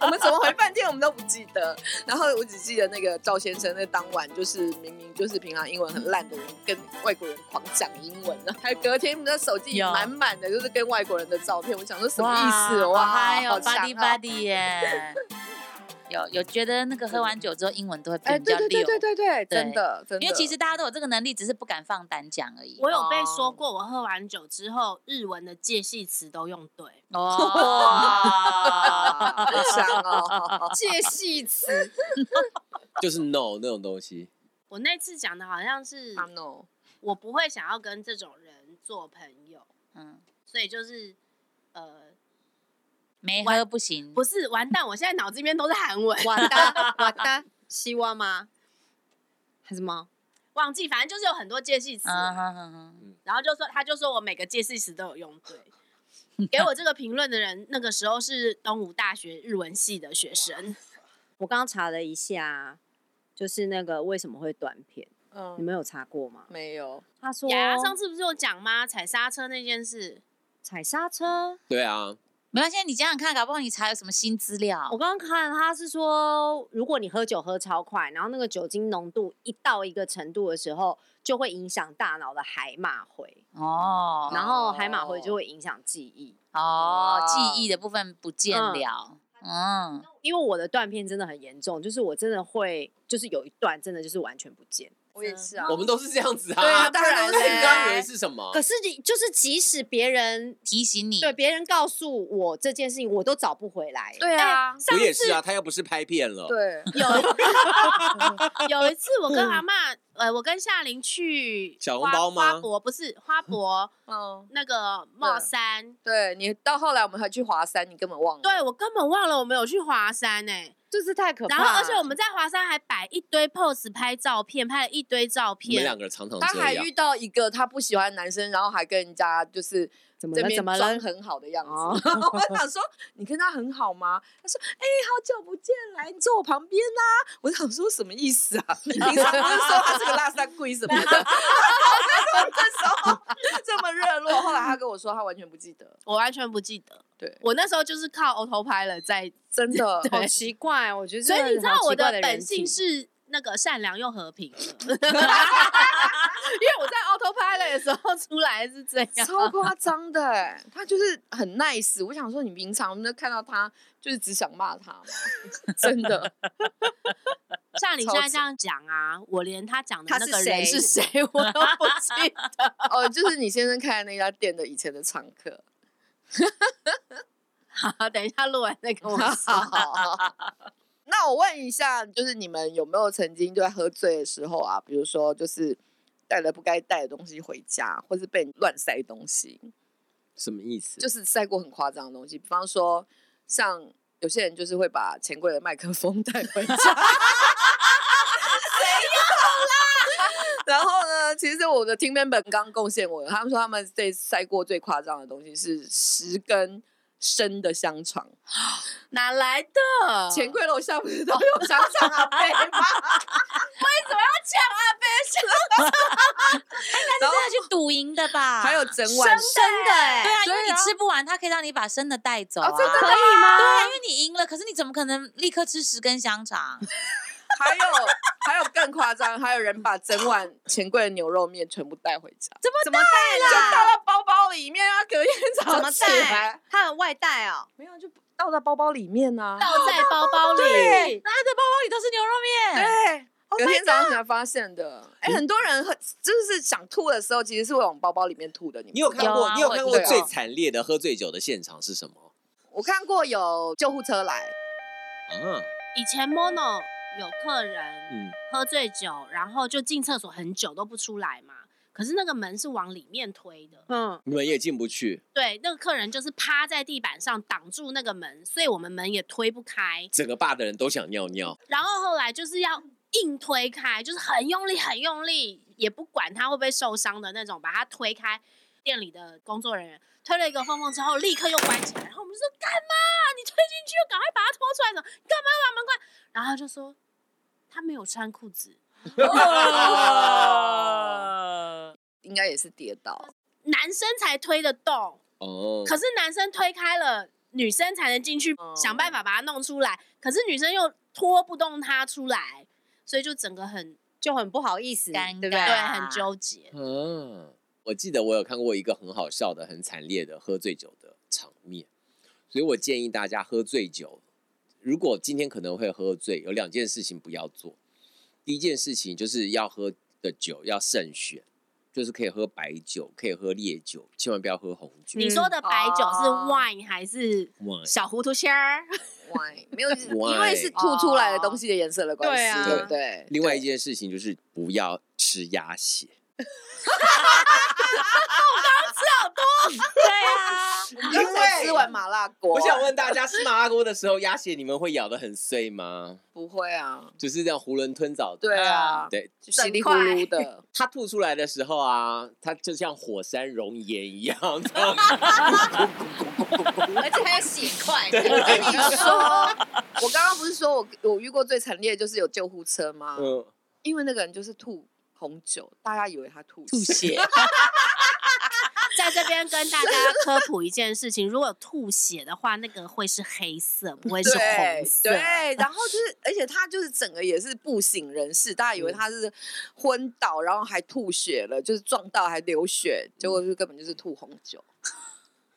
S4: 我们怎么回饭店，我们都不记得。然后我只记得那个赵先生，那当晚就是明明就是平常英文很烂的人，跟外国人狂讲英文，然后还隔天的手机
S5: 有
S4: 满满的就是跟外国人的照片。我想说什么意思？哇，
S5: 哇，哎还有
S4: 好强
S5: body
S4: 啊！
S5: body 耶，有有觉得那个喝完酒之后英文都会
S4: 哎，
S5: 变比
S4: 对
S5: 较溜，
S4: 对对对对对，真
S5: 对
S4: 的真的。
S5: 因为其实大家都有这个能力，只是不敢放胆讲而已。
S2: 我有被说
S4: 哦
S2: 过，我喝完酒之后日文的介系词都用对。
S5: 哦，
S4: 啊好香哦，
S3: 介系词，
S1: 就是 no 那种东西，
S2: 我那次讲的好像是
S4: 啊 no，
S2: 我不会想要跟这种人做朋友，
S5: 嗯，
S2: 所以就是呃，
S5: 没喝不行，
S2: 不是完蛋，我现在脑子里面都是韩文，
S3: 瓦达
S2: (laughs)
S3: 瓦达西瓜吗？还是猫？
S2: 忘记，反正就是有很多介系词啊、
S5: 嗯哼哼哼，
S2: 然后就说他就说我每个介系词都有用对。
S3: (laughs)
S2: 给我这个评论的人，那个时候是东吴大学日文系的学生，
S3: 我刚刚查了一下，就是那个为什么会断片，你
S4: 嗯，
S3: 们有查过吗？
S4: 没有，
S3: 他说
S2: 雅雅上次不是有讲吗？踩刹车那件事，
S3: 踩刹车，
S1: 对啊，
S4: 哦
S5: 没关系，你想想看，搞不好你查有什么新资料
S3: 我。刚刚看他是说，如果你喝酒喝超快，然后那个酒精浓度一到一个程度的时候，就会影响大脑的海马回，
S5: 哦
S3: 然后海马回
S4: 哦
S3: 就会影响记忆。
S5: 哦，记忆的部分不见了。嗯，
S3: 因为我的断片真的很严重，就是我真的会，就是有一段真的就是完全不见。
S4: 我也是啊，
S1: 我们都是这样子啊，
S4: 对啊
S1: 大家都是
S4: 不然嘞
S1: 你刚刚以为是什么
S3: 可？是你就是即使别人
S5: 提醒你，
S3: 对别人告诉我这件事情，我都找不回来。
S4: 对啊，
S1: 我也是啊，他又不是拍片了，
S4: (laughs) 对，
S2: 有一次我跟阿嬷，呃，我跟夏琳去
S1: 小
S2: 花
S1: 笼包吗
S2: 花博不是花博
S4: 嗯，
S2: 那个帽山，
S4: 对你到后来我们还去华山，你根本忘了，
S2: 对我根本忘了我们有去华山呢、欸
S3: 这是太可怕
S2: 然
S3: 了。
S2: 后而且我们在华山还摆一堆 pose 拍照片，拍了一堆照
S1: 你们两
S2: 片。
S1: 个常常
S4: 他
S1: 这
S4: 还
S1: 样
S4: 遇。到一个他不喜欢的男生，然后还跟人家就是
S3: 怎么
S4: 这
S3: 了？
S4: 边
S3: 怎么
S4: 装
S3: 了？
S4: 很好的样子。
S3: 哦
S4: (laughs) 我
S3: (laughs)
S4: 想说，你跟他很好吗？他说，哎、好久不见，来，你坐我旁边啦、我想说什么意思啊？ (laughs) 你平常不是说他是个拉萨贵什么的？ (laughs) 这时候这么热络，后来他跟我说，他完全不记得。
S2: 我完全不记得，
S4: 对，
S2: 我那时候就是靠 auto 拍了在，
S4: 真
S3: (laughs)
S4: 的，
S3: 好奇怪，我觉得。
S2: 所以你知道我
S3: 的
S2: 本
S3: 人
S2: 性
S3: 性
S2: 是那个善良又和平的，因为我在 auto 拍了的时候出来是这样。
S4: 超夸张的、欸，他就是很 nice。我想说，你平常能看到他，就是只想骂他吗？真的，
S2: 像你现
S4: 超
S2: 在这样讲啊，我连他讲的
S3: 他
S2: 那
S3: 是
S2: 个人
S3: 谁
S2: 是谁我都不记得。
S4: 哦，就是你先生开的那家店的以前的常客。
S2: 好，等一下录完再跟我说。
S4: (laughs) 那我问一下，就是你们有没有曾经就在喝醉的时候啊，比如说就是带了不该带的东西回家，或是被你乱塞东西，
S1: 什么意思？
S4: 就是塞过很夸张的东西，比方说像有些人就是会把钱柜的麦克风 (laughs) 带回家。谁有啦？然后呢？其实我的 team member 刚刚贡献我的，他们说他们最塞过最夸张的东西是十根生的香肠，
S2: 哪来的？
S4: 钱柜楼下不是都有香肠阿贝吗？
S5: 那是
S4: (laughs)
S5: 真的去赌赢的吧？
S4: 还有
S5: 对
S4: 整碗
S3: 真的哎、
S5: 啊，因为
S4: 对
S5: 你
S4: 啊
S5: 吃不完，他可以让你把生的带走啊。
S4: 哦真的
S5: 对
S4: 吗
S5: 以吗？对啊，因为你赢了，可是你怎么可能立刻吃十根香肠？
S4: 还有还有更夸张，还有人把整碗钱柜的牛肉面全部带回家，
S3: 怎么怎么带
S4: 就
S3: 啦？
S4: 倒到包包里面啊，隔天早
S3: 怎
S4: 上
S3: 么
S4: 起来
S3: 带？他有外带哦，
S4: 没有就倒到包包里面啊，
S2: 倒在包包里。
S4: 对
S5: 那他的包包里都是牛肉面。
S4: 对。隔天早上才发现的，哎、很多人很就是想吐的时候，其实是会往包包里面吐的。你
S1: 你
S4: 们
S1: 有看过？
S5: 有啊
S1: 你有看
S4: 我
S1: 过
S4: 有
S1: 最惨烈的喝醉酒的现场是什么？
S4: 我看过有救护车来，
S1: 啊，
S2: 以前 Mono 有客人
S1: 嗯，
S2: 喝醉酒，然后就进厕所很久都不出来嘛。可是那个门是往里面推的，
S3: (laughs) 嗯，
S1: 你们也进不去，
S2: 对，那个客人就是趴在地板上挡住那个门，所以我们门也推不开。
S1: 整个坝的人都想尿尿。
S2: 然后后来就是要硬推开，就是很用力、很用力，也不管他会不会受伤的那种，把他推开。店里的工作人员推了一个缝缝之后，立刻又关起来。然后我们就说：“干嘛？你推进去，赶快把他拖出来！你干嘛把门关？”然后他就说：“他没有穿裤子。
S5: 哦
S3: (laughs)
S4: 应该也是跌倒。
S2: 男生才推得动，
S1: 哦，
S2: 可是男生推开了，女生才能进去，
S4: 哦
S2: 想办法把它弄出来。可是女生又拖不动它出来，所以就整个很
S3: 就很不好意思，
S5: 尴尬
S3: 对不对？
S2: 对，很纠结。
S1: 啊，我记得我有看过一个很好笑的、很惨烈的喝醉酒的场面，所以我建议大家喝醉酒，如果今天可能会喝醉，有两件事情不要做。第一件事情就是要喝的酒要慎选，就是可以喝白酒，可以喝烈酒，千万不要喝红酒。
S2: 你说的白酒是
S4: 哦
S2: wine 还是
S1: 哇，
S2: 小糊涂仙儿？ (laughs)
S4: Why？没有，因为
S1: Why？
S4: 是吐出来的东西的颜色的关
S3: 对啊
S4: 系，对不对？
S1: 另外一件事情就是不要吃鸭血。
S4: 对，因为吃完麻辣锅，
S1: 我想问大家，吃麻辣锅的时候，鸭血你们会咬得很碎吗？
S4: 不会啊？
S1: 就是这样囫囵吞枣。
S4: 对啊，
S1: 对，
S4: 就稀里糊涂的，
S1: 它吐出来的时候啊，它就像火山熔岩一样，
S5: 而且还有血块，
S4: 我跟 (laughs) 你 (laughs) 说，我刚刚不是说我我遇过最惨烈的就是有救护车吗？
S1: 嗯，
S4: 因为那个人就是吐红酒，大家以为他吐
S5: 吐血，
S2: 在这边跟大家科普一件事情：如果有吐血的话，那个会是黑色，不会是
S4: 对
S2: 红色。
S4: 对，然后就是，而且他就是整个也是不省人事，大家以为他是昏倒，然后还吐血了，就是撞到还流血，结果就根本就是吐红酒，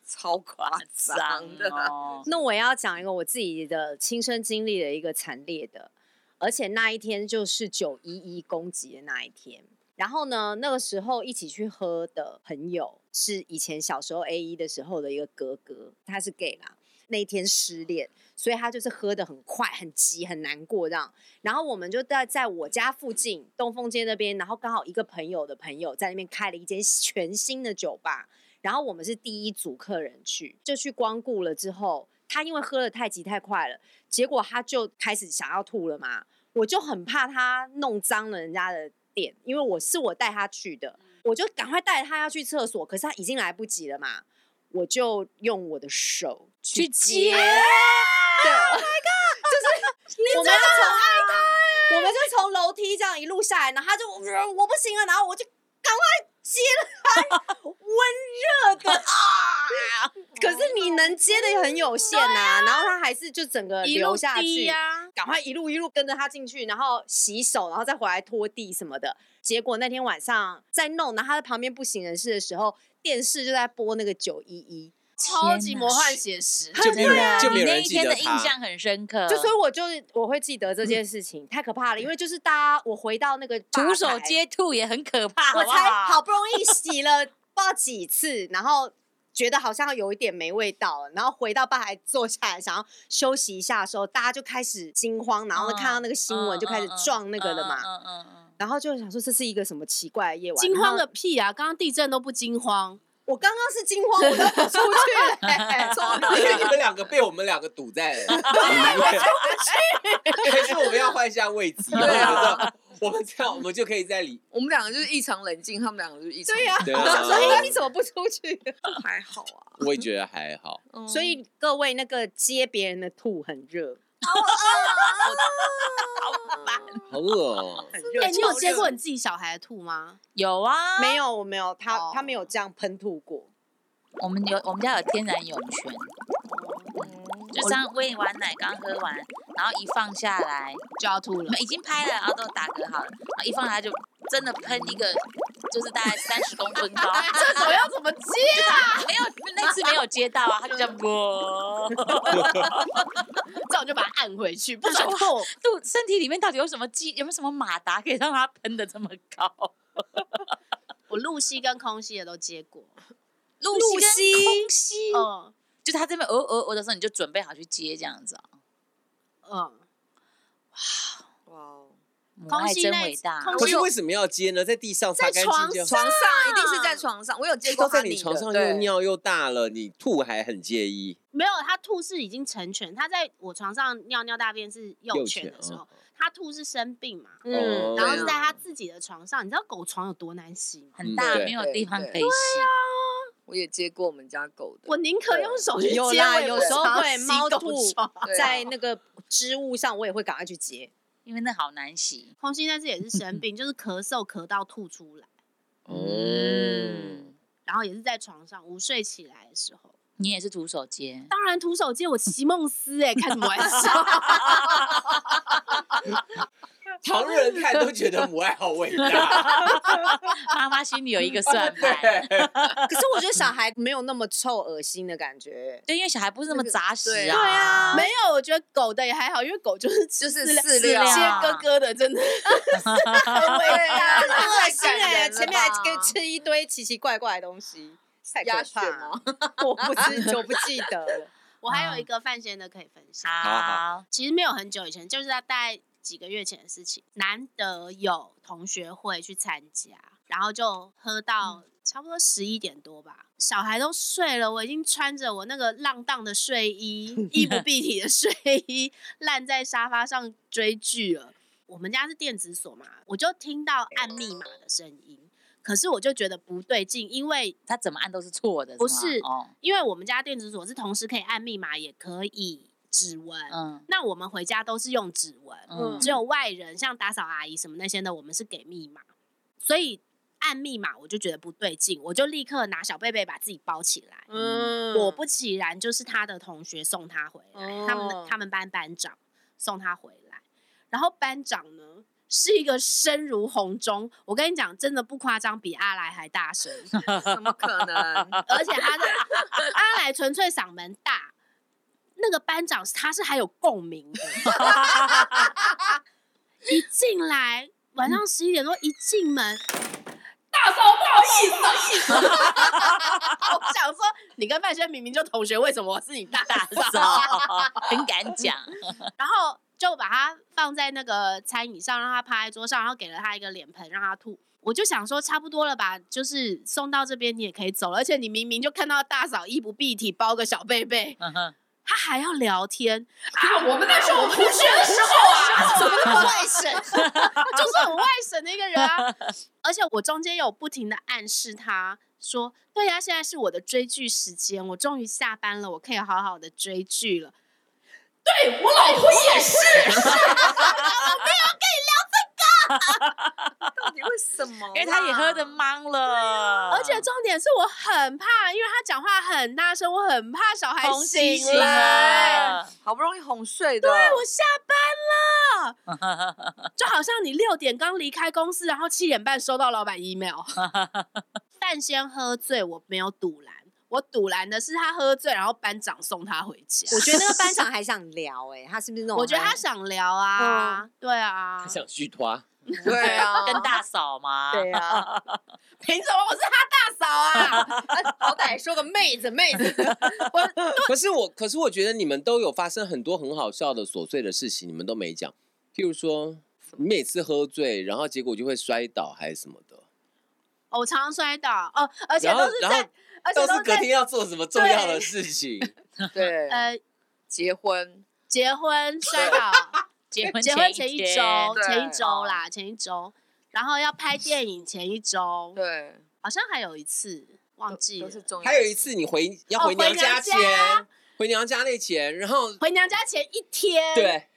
S4: 超嗯夸张的。
S5: 哦，
S3: 那我要讲一个我自己的亲身经历的一个惨烈的，而且那一天就是九一一攻击的那一天。然后呢，那个时候一起去喝的朋友是以前小时候 A 一的时候的一个哥哥，他是 gay 啦。那一天失恋，所以他就是喝的很快、很急、很难过这样。然后我们就在在我家附近东风街那边，然后刚好一个朋友的朋友在那边开了一间全新的酒吧，然后我们是第一组客人去，就去光顾了之后，他因为喝的太急太快了，结果他就开始想要吐了嘛，我就很怕他弄脏了人家的店，因为我是我带他去的，我就赶快带着他要去厕所，可是他已经来不及了嘛，我就用我的手去
S5: 去接
S3: 接，对，Oh my god，就是我们要从爱他，我们就从楼梯这样一路下来，然后他就呃我不行了，然后我就赶快接了他，温热的啊！可是你能接的也很有限呐、然后他还是就整个
S2: 一路
S3: 流下
S2: 低
S3: 去，
S2: 呀、
S3: 赶快一路一路跟着他进去，然后洗手，然后再回来拖地什么的。结果那天晚上在弄，然后他在旁边不省人事的时候，电视就在播那个九一一，
S2: 超级魔幻写实。
S1: (laughs) 就没有人就没
S5: 啊你
S1: 有
S5: 那
S1: 人
S5: 一
S1: 记
S5: 天
S1: 得
S5: 的印象
S1: (laughs) 它。
S5: 很深刻，
S3: 就所以我就我会记得这件事情，太可怕了，因为就是大家我回到那个吧
S5: 徒手
S3: 台
S5: 接兔也很可怕，
S3: (laughs) 我
S5: 不
S3: 才好不容易洗了 (laughs) 不知道几次，然后觉得好像有一点没味道了，然后回到吧台坐下来想要休息一下的时候，大家就开始惊慌，然后呢
S5: 嗯
S3: 看到那个新闻
S5: 嗯
S3: 就开始
S5: 嗯嗯
S3: 撞那个了嘛，
S5: 嗯嗯嗯
S3: 然后就想说这是一个什么奇怪的夜晚，
S2: (laughs) 惊
S3: 然
S2: 慌
S3: 后 (laughs)
S2: 个屁啊！刚刚地震都不惊慌，
S3: 我刚刚是惊慌，我都跑出去了、
S1: 因为你们两个被我们两个堵在了，还是我们要换一下位置？
S4: 对啊
S1: 我觉得我们这样我们就可以在里。
S4: 我们两个就是异常冷静，他们两个就是异常
S3: 对呀、
S1: 对啊
S3: 我想说，哎，你怎么不出去？
S4: 还好 (laughs) 啊。
S1: 我也觉得还好，
S4: 嗯
S3: (laughs) 所以各位，那个接别人的吐很热，
S1: 好恶
S3: (laughs)
S1: 哦。
S3: 很热。
S2: 哎、你有
S3: 超
S2: 接
S3: 热
S2: 过你自己小孩的吐吗？
S5: 有啊，
S3: 没有？我没有，他、
S2: 哦
S3: 他没有这样喷吐过。
S5: 我们有我们家有天然涌泉，
S4: 哦
S5: 就这样喂完奶刚喝完，然后一放下来
S2: 就要吐了，
S5: 已经拍了，然后都打嗝好了，然后一放下来就真的喷一个，就是大概三十公分高，
S2: (laughs) 这我要怎么接？
S5: 没有那次没有接到啊，他就这样
S3: (laughs)
S5: (laughs) 啵，
S2: 这样我就把它按回去，不准吐。
S5: 肚身体里面到底有什么肌，有没有什么马达可以让它喷的这么高？
S2: 我露西跟空西也都接过，
S5: 露
S3: 露
S5: 西
S3: 西
S5: 跟空西，
S2: 嗯
S5: 就他这边哦哦哦的时候，你就准备好去接这样子啊、
S2: 嗯，
S4: 哇哦，
S5: 母
S2: 空
S5: 爱
S2: 隙
S5: 真
S2: 那
S5: 伟大，哦
S2: 空
S1: 可是为什么要接呢？在地上擦干净就
S2: 在
S4: 床上一定是在床上，我有接过
S1: 都在
S4: 哈尼
S1: 你
S4: 的
S1: 床上
S4: 对
S1: 又尿又大了，你吐还很介意。
S2: 没有，他吐是已经成犬，他在我床上尿尿大便是幼
S1: 幼
S2: 犬
S1: 犬
S2: 的时
S1: 哦
S2: 候，他吐是生病嘛，
S3: 嗯
S1: 哦
S2: 嗯然后
S4: 对
S2: 是
S4: 啊
S2: 在他自己的床上，你知道狗床有多难洗吗？
S5: 很大，
S1: 嗯对
S5: 没有地方
S4: 对
S5: 可以
S2: 啊
S5: 洗，
S4: 我也接过我们家狗的，
S2: 我宁可用手去接，
S3: 有啦
S2: 我也不
S3: 有时候
S2: 想要
S3: 会
S2: 洗
S3: 猫
S2: 狗
S3: 吐
S2: 床
S4: 对啊
S3: 在那个织物上，我也会赶快去接。
S5: 因为那好难洗。
S2: 空
S4: 嗯
S6: (laughs)
S2: 心那次也是生病，就是咳嗽咳到吐出来。
S1: 哦，
S2: 然后也是在床上午睡起来的时候。
S5: 你也是徒手接，
S2: 当然，徒手接我席梦思哎、开什么玩笑？
S3: (laughs)
S1: 旁人看都觉得母爱好伟大。
S2: (laughs)
S5: 妈妈心里有一
S2: 嗯
S5: 个算盘。
S3: 可是我觉得小孩没有那么臭恶心的感觉。
S5: 对，因为小孩不是那么杂食
S4: 对
S5: 啊。
S2: 啊没有，我觉得狗的也还好，因为狗就是就
S4: 就是
S2: 饲
S4: 饲
S2: 料，
S4: 料
S2: 切
S3: 啊
S2: 哥哥的
S3: (laughs)
S2: 真的很伟大，
S4: 对啊
S2: 恶
S3: 恶
S2: 心
S3: 心
S4: 感
S2: 哎、
S3: 哎、
S4: 人了
S3: 前面还
S4: 吧
S3: 给吃一堆奇奇怪怪的东西，太可
S4: 鸭血
S3: 怕
S4: 吗
S3: 了。我不知我不记得了。嗯
S2: 我还有一个范闲的可以分享，
S5: 好，
S2: 其实没有很久以前，就是在大概几个月前的事情，难得有同学会去参加，然后就喝到差不多十一点多吧，小孩都睡了，我已经穿着我那个浪荡的睡衣，衣不蔽体的睡衣，烂在沙发上追剧了。我们家是电子锁嘛，我就听到按密码的声音，可是我就觉得不对劲，因为
S5: 他怎么按都是错的，
S2: 不
S5: 吗
S2: 是
S5: 哦，
S2: 因为我们家电子锁是同时可以按密码，也可以指纹。
S5: 嗯
S2: 那我们回家都是用指纹，
S5: 嗯
S2: 只有外人像打扫阿姨什么那些的，我们是给密码，所以按密码我就觉得不对劲，我就立刻拿小贝贝把自己包起来。
S4: 嗯
S2: 果不其然，就是他的同学送他回来，他们
S4: 哦
S2: 他们班班长送他回来，然后班长呢是一个声如洪钟，我跟你讲，真的不夸张，比阿来还大声。
S4: 怎么可能？
S3: (laughs)
S2: 而且他的阿来纯粹嗓门大，那个班长他是还有共鸣的。一进来，晚上十一点多一进门，大嫂不好意思，不好意思。我想说，你跟范轩明明就同学，为什么我是你
S5: (laughs)
S2: 大嫂？
S5: 嫂哦很敢
S2: (laughs)
S5: 讲，
S2: 然后就把它放在那个餐椅上，让他趴在桌上，然后给了他一个脸盆让他吐。我就想说，差不多了吧，就是送到这边你也可以走了。而且你明明就看到大嫂衣不蔽体，包个小被被，
S5: 嗯哼
S2: 他还要聊天， (laughs)
S6: 啊，我们那时候同学的时候啊，
S2: 怎么那么外省？他就是很外省的一个人啊！而且我中间有不停的暗示他说：“对呀、现在是我的追剧时间，我终于下班了，我可以好好的追剧了。”
S6: 对我老婆也是。
S4: 到底为什么啦？
S5: 因为他也喝的懵了，
S2: 啊而且
S1: 嗯
S2: 重点是我很怕，因为他讲话很大声，我很怕小孩
S5: 同
S2: 醒
S5: 情
S1: 啊
S2: 来。
S5: 了，
S4: 好不容易哄睡的，哦
S2: 我下班了，就好像你六点刚离开公司，然后七点半收到老
S1: (laughs)
S2: 板 email。范先喝醉，我没有堵拦，我堵拦的是他喝醉，然后班长送他回家。
S3: 我觉得那个班长还想聊哎、他是不是那种很？
S2: 我觉得他想聊啊，对啊，
S1: (laughs) 嗯想续拖，
S4: 对
S5: (laughs) (laughs)
S4: 啊，
S5: 跟大嫂嘛，
S3: 对啊，
S2: 凭什么我是他
S3: (laughs)
S2: 大嫂啊？
S3: 好歹说个妹子妹 (laughs) 子，
S1: (laughs) 可是我，可是我觉得你们都有发生很多很好笑的琐碎的事情，你们都没讲。譬如说，你每次喝醉，然后结果就会摔倒还是什么的，
S2: 哦我常常摔倒哦，而且
S1: 然后
S2: 都是
S1: 然后
S2: 在，而且
S1: 倒
S2: 都
S1: 是
S2: 是
S1: 隔
S2: 在
S1: 天要做什么重要的事情。
S4: 对，
S2: 呃
S4: 结婚
S2: 结婚摔倒，
S5: 结婚
S2: 结婚前一
S5: 天
S2: 周，
S4: 对
S2: 前一周啦，前一周，然后要拍电影前一周，
S4: 对，
S2: 好像还有一次忘记了
S4: 都。是重要。
S1: 还有一次你回要
S2: 哦
S1: 回娘
S2: 回娘
S1: 家
S2: 家
S1: 前，回娘家那前，然后
S2: 回娘家前一天，，
S1: 对，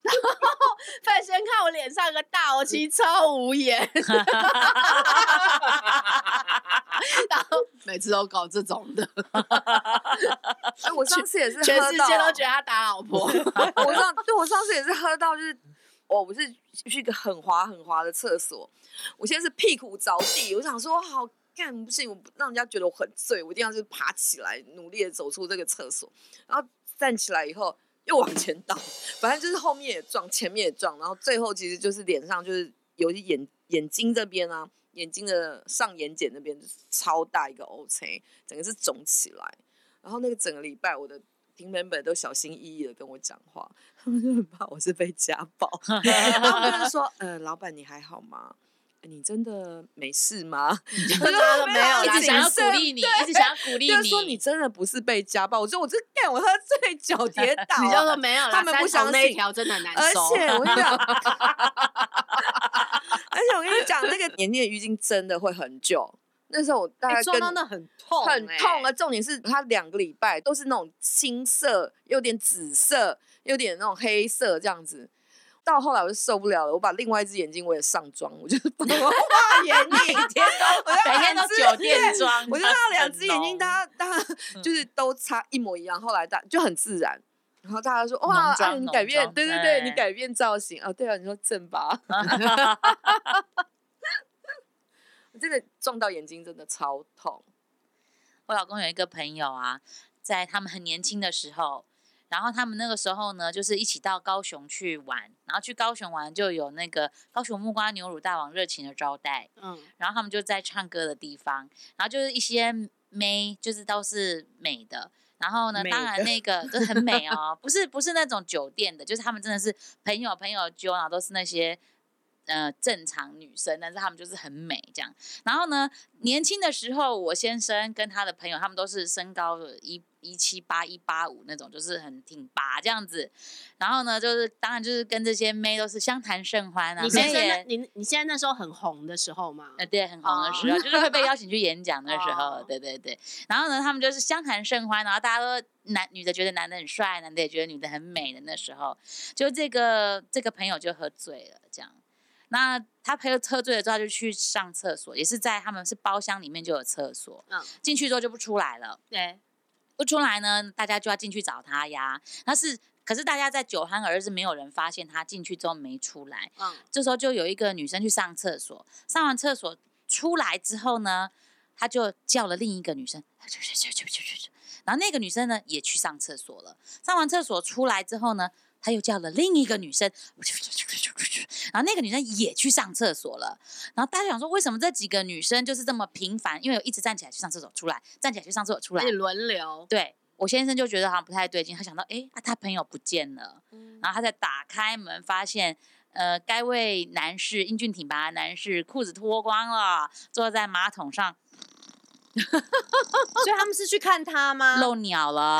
S2: 范先看我脸上有个大哦，其实超无言，
S4: (laughs)
S2: 然后每次都搞这种的，
S4: 哎，我上次也是喝
S2: 全世界都
S4: 到，
S2: 觉得他打老
S4: (laughs)
S2: 婆。
S4: 我上对我上次也是喝到，就是哦我不是去一个很滑很滑的厕所，我现在是屁股着地，我想说好干不行，我不让人家觉得我很醉，我一定要就是爬起来，努力的走出这个厕所，然后站起来以后。又往前倒，反正就是后面也撞，前面也撞，然后最后其实就是脸上就是有一眼眼睛这边啊，眼睛的上眼睑那边就是超大一个 O C，整个是肿起来。然后那个整个礼拜，我的 team member 都小心翼翼的跟我讲话，他们就很怕我是被家
S2: (laughs)
S4: 暴，他们就是说，呃，老板你还好吗？呃你真的没事
S2: (laughs)
S4: 吗？我就 (laughs)
S2: 妈的没有
S5: 一
S2: 啦
S5: 直想要鼓励你，一直想要鼓励
S4: 就是说你真的不是被家暴，我说我这干我喝醉
S3: (laughs)
S4: 酒跌倒啊，
S2: 你就说没有啦，
S4: 他们不
S2: 三重
S4: 相
S2: 那一
S4: 信
S2: 条真的很
S4: (laughs)
S2: 难
S4: 而
S2: 收。
S4: 且我跟
S3: (laughs)
S4: 你讲，而且我跟你讲，那个年纪的淤青真的会很久。那时候我大
S3: 哎
S4: 概
S3: 撞
S4: 跟、
S3: 到那很痛、
S4: 很痛啊，
S3: 啊！
S4: 重点是它两个礼拜都是那种青色，有点紫色，有点那种黑色这样子。到后来我就受不了了，我把另外一只眼睛我也上妆，我就是 (laughs) 不
S3: 画眼影，天
S4: 我就把
S5: (laughs) 每天都
S4: 两只
S5: 酒店装，
S4: 我就让两只眼睛大家大家 (laughs) 就是都擦一模一样，后来大就很自然。然后大家说哇，
S5: 浓妆
S4: 啊、你
S5: 浓
S4: 改变，
S5: 妆
S4: 对对对，
S5: 对
S4: 你改变造型啊，对啊，你说正吧？ (laughs) 我真的撞到眼睛真的超痛，
S5: 我老公有一个朋友啊，在他们很年轻的时候，然后他们那个时候呢，就是一起到高雄去玩，然后去高雄玩就有那个高雄木瓜牛乳大王热情的招待，
S2: 嗯，
S5: 然后他们就在唱歌的地方，然后就是一些妹，就是都是美的。然后呢，
S2: 美
S5: 当然
S2: 的
S5: 那个就是很美哦， (laughs) 不是不是那种酒店的，就是他们真的是朋友朋友揪，然后都是那些呃正常女生，但是他们就是很美这样。然后呢，年轻的时候，我先生跟他的朋友，他们都是身高一一七八一八五那种，就是很挺拔这样子。然后呢，就是当然就是跟这些妹都是相谈甚欢啊。
S2: 你先
S5: 妹
S2: 生
S5: 也
S2: 那，你你现在那时候很红的时候吗？
S5: 呃，对，很红的时候，就是会被邀请去演讲的时候，对对对。然后呢，他们就是相谈甚欢，然后大家都男女的觉得男的很帅，男的也觉得女的很美的那时候，就这个这个朋友就喝醉了，这样。那他朋友喝醉了之后，他就去上厕所，也是在他们是包厢里面就有厕所，
S2: 嗯
S5: 进去之后就不出来了。
S2: 对，
S5: 不出来呢，大家就要进去找他呀。他是，可是大家在酒酣耳热，是没有人发现他进去之后没出来。
S2: 嗯，
S5: 这时候就有一个女生去上厕所，上完厕所出来之后呢，她就叫了另一个女生，去去去去去去去然后那个女生呢也去上厕所了，上完厕所出来之后呢，她又叫了另一个女生，去去去去去去然后那个女生也去上厕所了，然后大家想说为什么这几个女生就是这么频繁？因为我一直站起来去上厕所出来，站起来去上厕所出来
S2: 而且，轮流，
S5: 对我先生就觉得好像不太对劲，他想到诶，啊，他朋友不见了，
S4: 嗯
S5: 然后他再打开门发现。呃，该位男士英俊挺拔的男士裤子脱光了，坐在马桶上
S3: 所以他们是去看他吗？
S5: 漏鸟了，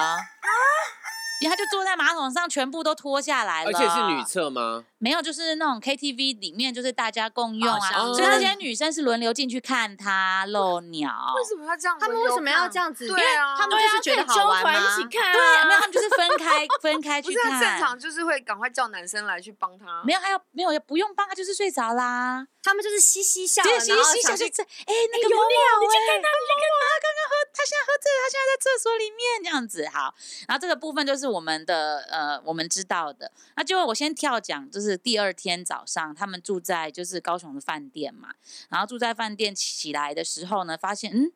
S5: 然后他就坐在马桶上，全部都脱下来了，
S1: 而且是女厕吗？
S5: 没有，就是那种 KTV 里面就是大家共用啊，
S1: 像
S4: 哦
S5: 所以那
S1: 是
S5: 些女生是轮流进去看他漏鸟，
S4: 为什么要这样？
S3: 他们为什么要这？样子？
S4: 对啊，
S3: 他们就是觉得好玩吗？
S2: 看啊
S5: 对，没有，他们就是分开分开
S4: 不
S5: 去
S4: 是他
S5: 看，
S4: 正常就是会赶快叫男生来去帮他，
S5: 没有，还有没有不用帮他，就是睡着啦。
S3: 他们就是嘻嘻笑，
S5: 对，洗
S3: 然
S5: 一
S3: 后
S5: 洗
S3: 想
S5: 小
S3: 去
S5: 就这，哎，那个某某，哎你去看他，你去看他，啊他刚刚喝，他现在喝醉了，他现在在厕所里面这样子。好，然后这个部分就是我们的呃，我们知道的。那就我先跳讲，就是第二天早上，他们住在就是高雄的饭店嘛，然后住在饭店起来的时候呢，发现嗯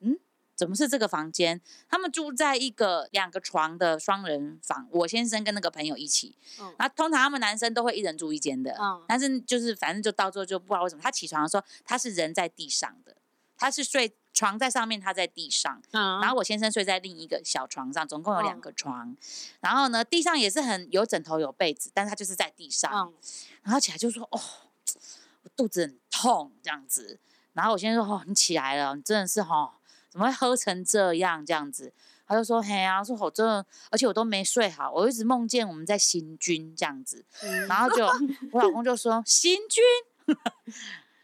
S5: 嗯，怎么是这个房间？他们住在一个两个床的双人房，我先生跟那个朋友一起。
S2: 嗯
S5: 然后通常他们男生都会一人住一间的，
S2: 嗯
S5: 但是就是反正就到最后就不知道为什么他起床的时候他是人在地上的，他是睡床在上面，他在地上，
S2: 嗯
S5: 然后我先生睡在另一个小床上，总共有两
S2: 嗯
S5: 个床，然后呢地上也是很有枕头有被子，但是他就是在地上，
S2: 嗯，
S5: 然后起来就说：“哦，我肚子很痛，这样子。”然后我先生说：“哦，你起来了，你真的是哦，怎么会喝成这样？这样子。”他就说：“嘿啊，说我真的，而且我都没睡好，我一直梦见我们在行军这样子。然后就我老公就说：“行军。” (laughs)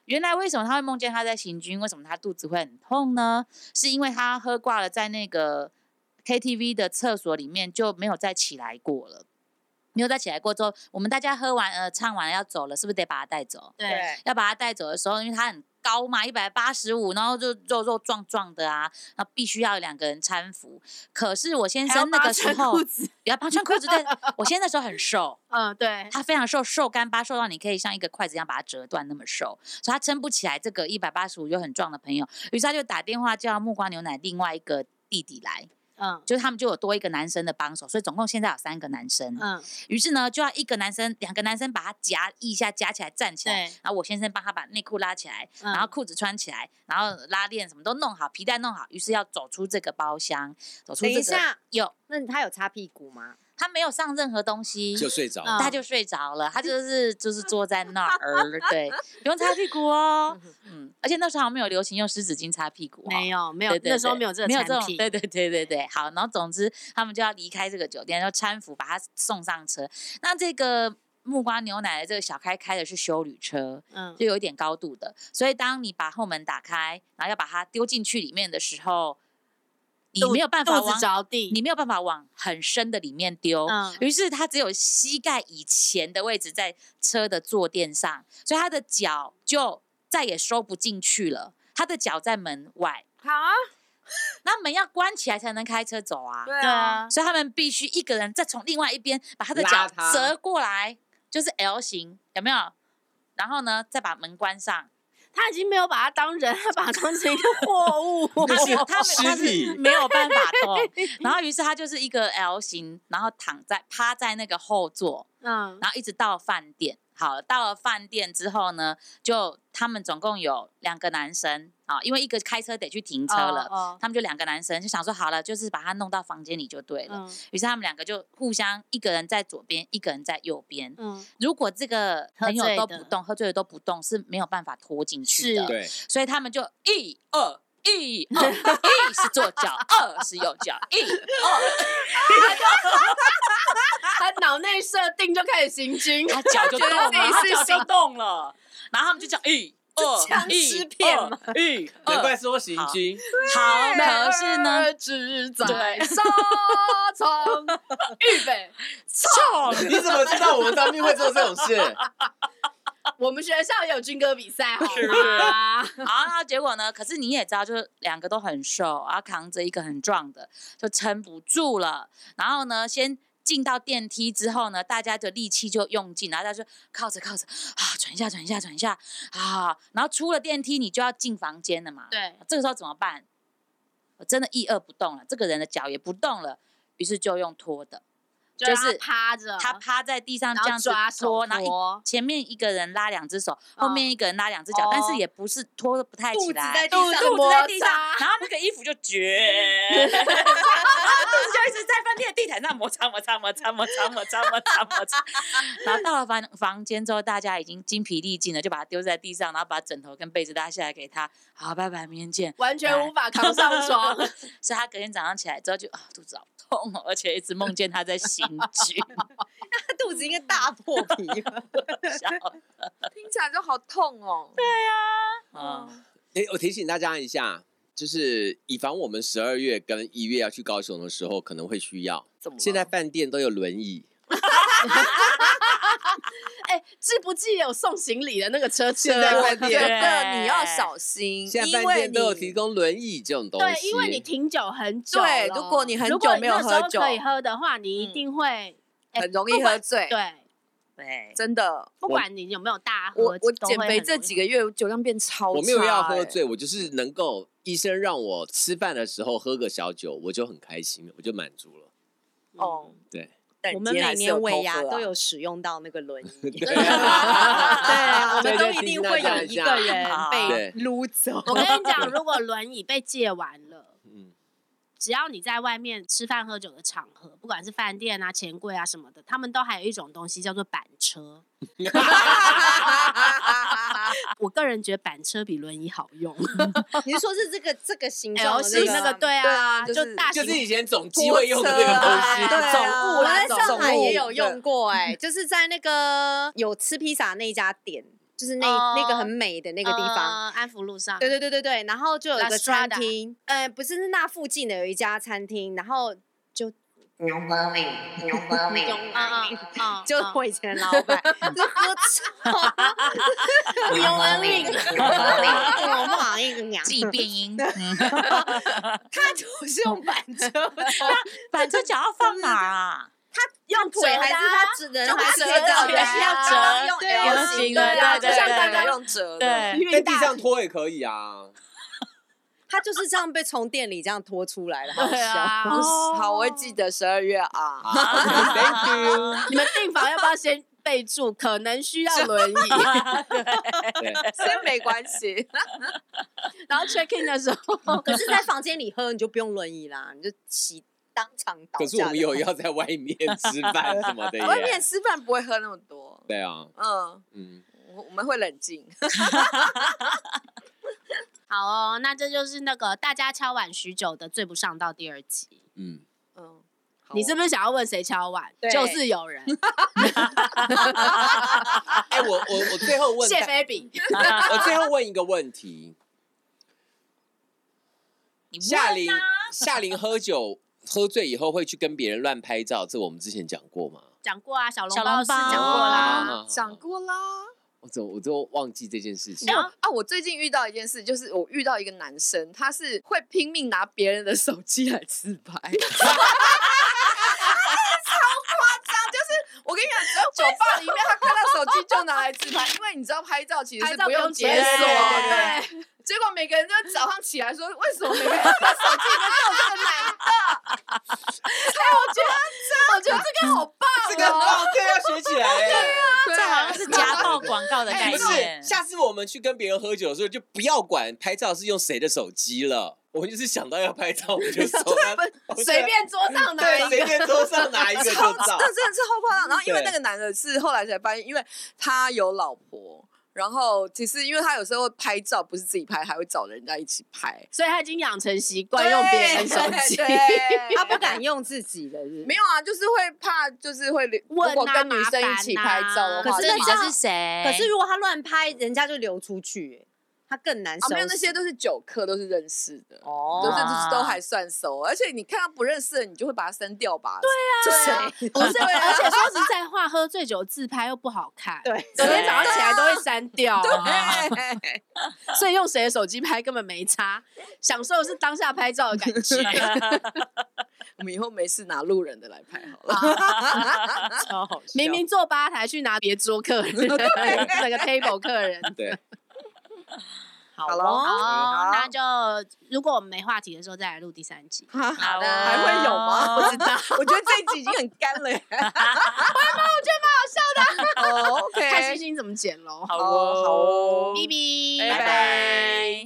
S5: 原来为什么他会梦见他在行军？为什么他肚子会很痛呢？是因为他喝挂了，在那个 KTV 的厕所里面就没有再起来过了。没有再起来过之后，我们大家喝完呃唱完要走了，是不是得把他带走？
S2: 对，
S5: 要把他带走的时候，因为他很高嘛，一百八十五，然后就肉肉壮壮的啊，然后必须要有两个人搀扶。可是我先生那个时候，不要帮他穿裤子，对，我先生那时候很瘦，
S2: 嗯，对，
S5: 他非常瘦，瘦干巴，瘦到你可以像一个筷子一样把它折断那么瘦，所以他撑不起来这个一百八十五又很壮的朋友，于是他就打电话叫木瓜牛奶另外一个弟弟来，
S2: 嗯
S5: 就是他们就有多一个男生的帮手，所以总共现在有三个男生。
S2: 嗯，
S5: 于是呢，就要一个男生、两个男生把他夹一下，夹起来站起来
S2: 对，
S5: 然后我先生帮他把内裤拉起来，
S2: 嗯
S5: 然后裤子穿起来，然后拉链什么都弄好，皮带弄好，于是要走出这个包厢，走出
S3: 等
S5: 这
S3: 一
S5: 个。
S3: 下
S5: 有
S3: 那他有擦屁股吗？
S5: 他没有上任何东西，
S1: 就睡着
S2: 嗯
S1: 了。
S5: 他就睡着了，他
S2: (laughs)
S5: 就是就是坐在那儿，对，不用擦屁股哦，嗯，而且那时候好像没有流行用湿纸巾擦屁股、哦，
S2: 没有没有
S5: 对，对
S2: 那时候
S5: 对
S2: 没有这个
S5: 没有
S2: 产
S5: 这种，
S2: 品，
S5: 对对对对对。好，然后总之他们就要离开这个酒店，要搀扶把他送上车。那这个木瓜牛奶的这个小开开的是修旅车，
S2: 嗯
S5: 就有一点高度的，所以当你把后门打开，然后要把它丢进去里面的时候，你没有办法
S2: 肚子
S5: 往
S2: 着地，
S5: 你没有办法往很深的里面丢，
S2: 嗯
S5: 于是他只有膝盖以前的位置在车的坐垫上，所以他的脚就再也收不进去了，他的脚在门外，
S4: 啊，
S5: (laughs) 那门要关起来才能开车走啊，
S4: 对
S2: 对
S4: 啊，
S2: 啊，
S5: 所以他们必须一个人再从另外一边把他的
S7: 拉
S5: 脚
S7: 他
S5: 折过来，就是 L 型，有没有？然后呢，再把门关
S4: (laughs)
S5: 上。
S2: 他已经没有把它当人， (laughs) 他把它当成一个货 (laughs) 物。
S5: 他没有，他没有，他是
S1: 尸体，
S5: 没有办法
S4: (laughs)
S5: 动。然后于是他就是一个 L 型，然后躺在趴在那个后座，
S2: 嗯，
S5: 然后一直到饭店。好了，到了饭店之后呢，就他们总共有两个男生啊，因为一个开车得去停车了，
S2: 哦，
S5: 他们就两个男生就想说好了，就是把他弄到房间里就对了。
S2: 哦
S5: 于是他们两个就互相一个人在左边，一个人在右边。
S2: 嗯嗯，
S5: 如果这个
S2: 喝
S5: 朋友
S2: 醉
S5: 都
S2: 的
S5: 不动，喝醉的都不动是没有办法拖进去
S2: 是
S5: 的。
S1: 对，
S5: 所以他们就一二一
S2: (laughs)
S5: 二，一是左脚，二是右脚，一二，
S2: 他脑内设定就开始行
S3: (laughs)
S2: 军，
S5: 他脚就动了，
S4: 觉得
S5: 他
S4: 自己是
S5: 脚就动了，然后他们就叫一二
S4: 僵
S5: 一
S4: 尸片
S5: 二
S4: 吗
S5: 一
S1: 难怪
S5: 二，
S1: 说行
S5: 好
S1: 军，
S5: 好，可是呢，
S2: 只
S5: 对
S3: (laughs)
S2: 沙场，预备，
S5: 错
S1: 哦你怎么知道我们当兵会做这种事？
S2: 我们学校也有军歌比赛，好吗？
S5: 好，然后结果呢？可是你也知道，就是两个都很瘦，然后扛着一个很壮的，就撑不住了。然后呢，先进到电梯之后呢，大家的力气就用尽，然后大家就靠着靠着啊，喘一下，喘一下，喘一下啊。然后出了电梯，你就要进房间了嘛。
S2: (laughs) 对，
S5: 这个时候怎么办？我真的一二不动了，这个人的脚也不动了，于是就用拖的，
S2: 就
S5: 就是
S2: 是趴着，
S5: 他趴在地上
S2: 嗯然
S5: 这
S2: 后
S5: 样子
S2: 抓手
S5: 拖，然后一
S2: 拖，
S5: 前面一个人拉两只手，后
S2: 哦
S5: 面一个人拉两只脚，但是
S2: 哦
S5: 也不是拖得不太起来，
S2: 肚
S5: 肚子在地上
S2: 摩，擦
S5: 然后那个衣服就绝， (laughs) 然后肚子就一直在饭店的地毯上摩擦摩擦摩擦摩擦摩擦摩擦摩擦，然后到了房房间之后，大家已经精疲力尽了，就把它丢在地上，然后把枕头跟被子拉下来给他，好，拜拜，明天见。
S2: 完全无法扛上床。
S5: 所以他隔天早上起来之后就啊肚子好痛哦，而且一直梦见他在行军，
S3: 他 (laughs) 肚子应该大破皮
S2: (laughs)
S3: 了。
S5: 笑
S4: 听起来就好痛哦。
S5: 啊，
S1: 哎、我提醒大家一下，就是以防我们十二月跟一月要去高雄的时候可能会需要，
S4: 怎么了
S1: 现在饭店都有轮椅，
S2: 哎，记不记得有送行李的那个车车？
S1: 现在
S4: 我
S1: 饭
S4: 觉
S1: 店。
S4: 得你要小心，
S1: 啊现在
S4: 因
S1: 饭
S4: 为
S1: 店都有提
S4: 你
S1: 供轮椅这种东西，
S2: 对，因为你停酒很久了，
S4: 对如果你很久
S2: 如果
S4: 没有
S2: 那时
S4: 喝
S2: 候
S4: 酒
S2: 可以喝的话，你一
S4: 嗯
S2: 定会哎
S4: 很容
S2: 不
S4: 易喝
S2: 管
S4: 醉，
S2: 对，
S5: 对，
S4: 真的。
S2: 不管你有没有大喝，
S4: 我我
S2: 都
S4: 减
S2: 会
S4: 肥
S2: 很
S4: 这
S2: 容易
S4: 几个月酒量变超差，
S1: 我没有要喝
S4: 哎
S1: 醉，我就是能够医生让我吃饭的时候喝个小酒，我就很开心了，我就满足了。
S2: 嗯 (laughs)
S4: 哦。
S1: 对，
S4: 但
S3: 我们
S4: 今天
S3: 每
S4: 还是
S3: 年
S4: 有
S3: 尾
S4: 偷
S3: 牙
S4: 喝啊
S3: 都有使用到那个轮
S2: (laughs)
S3: 椅，
S1: 对
S3: 啊，我
S1: 对
S3: 们
S1: 就
S3: 都
S1: 提
S3: 一定
S1: 醒大
S3: 会
S1: 家
S3: 有
S1: 一
S3: 一
S1: 下
S3: 个人
S5: 好
S2: 啊
S3: 被
S1: 对
S3: 撸走。
S2: 我跟你讲，如果轮椅被借完了，
S1: 嗯，
S2: 只要你在外面吃饭喝酒的场合，不管是饭店啊、钱柜啊什么的，他们都还有一种东西叫做板车。我个人觉得板车比轮椅好用
S3: (laughs) 你是说是这个这个形状
S2: ，L
S3: 的
S2: 型那个对
S4: 对
S2: 啊，
S4: 啊就是
S2: 就大型
S1: 就是以前总
S4: 拖
S1: 机会用的那
S4: 车
S1: 个
S4: 啊
S1: 东西，
S4: 对
S3: 总
S4: 啊
S3: 务，我在
S4: 总
S3: 上海
S4: 务
S3: 也有用
S4: 对
S3: 过哎、就是在那个有吃披萨那一家店，就是那、
S2: 哦嗯
S3: 那个很美的那
S2: 那
S3: 个地方。
S2: 呃安福路上，
S3: 对对对对对，然后就有一
S2: La
S3: 个餐
S2: Strada
S3: 厅，呃，不是是那附近的有一家餐厅，然后就
S2: 嗯，嗯嗯嗯，
S3: 就
S2: 嗯
S3: 我以前的老板， (laughs) 就喝超
S2: 牛文令，
S3: 我不好意思讲，
S5: 记变音，嗯 (laughs)
S3: 他就是用板车，
S5: 反正脚要放哪儿啊？
S3: 用腿还是他只能还是
S4: 折
S3: 要
S4: 的
S3: 还
S2: 啊
S3: 是要折
S4: 用
S3: 对
S4: L
S5: 型
S4: 型
S5: 的
S4: 的，欸啊
S5: 对
S4: 就
S5: 对
S4: 像
S5: 对
S4: 刚
S5: 对
S4: 刚用折的，
S5: 对，
S1: 在地上拖也可以啊。
S3: 他就是这样被从店里这样拖出来的，
S5: (laughs)
S3: 好
S2: 对
S3: 笑。
S2: 啊，
S4: 好，我会记得十二月 (laughs) 啊。
S1: 好 Thank you。
S2: 你们订房要不要先备注？可能需
S3: 啊
S2: 要轮
S3: (laughs)
S2: 椅。
S1: 对，
S4: 先没关系，
S2: 然后 check in 的时候，
S3: (laughs) 可是，在房间里喝你就不用轮椅啦，你就骑当场倒
S1: 可是我
S3: 下
S1: 们
S3: 的。
S1: 有要在外面吃饭什么的耶。
S4: 外面吃饭不会喝那么多。
S1: 对啊，
S4: 嗯，
S1: 嗯，
S4: 我我们会冷静。
S2: 好哦，那这就是那个大家敲碗许久的《醉不上道》第二集。
S1: 嗯，
S4: 嗯，
S2: 你是不是想要问谁敲碗？
S3: 对
S2: 就是有人
S1: 哎、我我我最后问
S2: 谢
S1: 大，
S2: 菲比。
S1: 我最后问一个问题。
S5: 你问
S1: 夏琳
S5: 啊，
S1: 夏琳喝酒喝醉以后会去跟别人乱拍照，这我们之前讲过吗？
S2: 讲过啊，小笼
S5: 小
S2: 包
S5: 笼
S2: 是讲
S5: 包
S2: 过啦。
S1: 啊
S4: 讲过啦。
S1: 我怎么我都忘记这件事情
S2: 哎。我
S4: 啊，我最近遇到一件事，就是我遇到一个男生，他是会拼命拿别人的手机来自拍， (laughs) 超夸张。就是我跟你讲，只要酒吧里面他看到手机就拿来自拍，因为你知道拍照其实
S2: 拍
S4: 是
S2: 照不
S4: 用
S2: 用
S4: 解
S2: 解
S4: 锁
S2: 锁
S4: 的。对结果每个人就早上起来说，为什么每个人的手机里面都有这个男的？哎，我觉得，我觉得这个好棒哦，
S7: 这个哦，对，要学起来哎。
S4: 对
S5: 这好像是家暴广告的概
S7: 不
S5: 念
S7: 是，。
S1: 哎下次我们去跟别人喝酒的时候，就不要管拍照是用谁的手机了，我们就是想到要拍照，我们就手
S4: 不随便桌上拿一
S1: 对
S4: 个
S1: 随便桌上拿一个就照。
S4: 那真的是后夸张。然后因为
S1: 对
S4: 那个男的是后来才发现，因为他有老婆，然后其实因为他有时候会拍照，不是自己拍，还会找人家一起拍，
S2: 所以他已经养成习惯用别人手机。
S4: 对
S3: 他不敢用自己的，是不
S4: 没
S3: 是
S4: 有啊，就是会怕，就是会如
S2: 问啊
S4: 果跟女生一起拍照的话，
S2: 麻烦啊
S5: 可
S4: 就是麻
S5: 你
S4: 烦
S5: 这是谁？ (laughs)
S3: 可是如果他乱拍，人家就流出去，他更难收
S4: 啊，
S3: 拾。
S4: 没有那些都是酒客，都是认识的。
S3: 哦，
S4: 都是就是都
S5: 啊
S4: 还算熟，而且你看到不认识的，你就会把他删掉吧？对啊，
S2: 对不是，而且说实在话，喝醉酒自拍又不好看，
S3: 对，
S4: (laughs)
S2: 隔天早上起来都会删掉啊，
S4: 对，
S2: (laughs) 所以用谁的手机拍根本没差，享受的是当下拍照的感觉。
S5: 啊
S4: 我们以后没事拿路人的来拍好了。
S3: 超好笑
S2: 明明坐吧台去拿别桌客人，那个 table 客人。
S1: 对，
S3: 好
S4: 好
S3: 了，
S4: 咯
S2: 好哦，
S4: 好
S2: 那就如果我们没话题的时候再来录第三集。
S4: 啊
S5: 好的哦
S4: 还会有吗？
S5: (laughs) 不
S4: 知道，哦 (laughs) 我觉得这一集已经很干 (laughs) 了耶。还吗？我觉得蛮好笑的。哦，OK，
S2: 看星星怎么剪喽。
S5: 好
S4: (laughs) 哦，好
S5: 哦，
S4: 哦，
S2: 哔哔，
S4: 拜拜。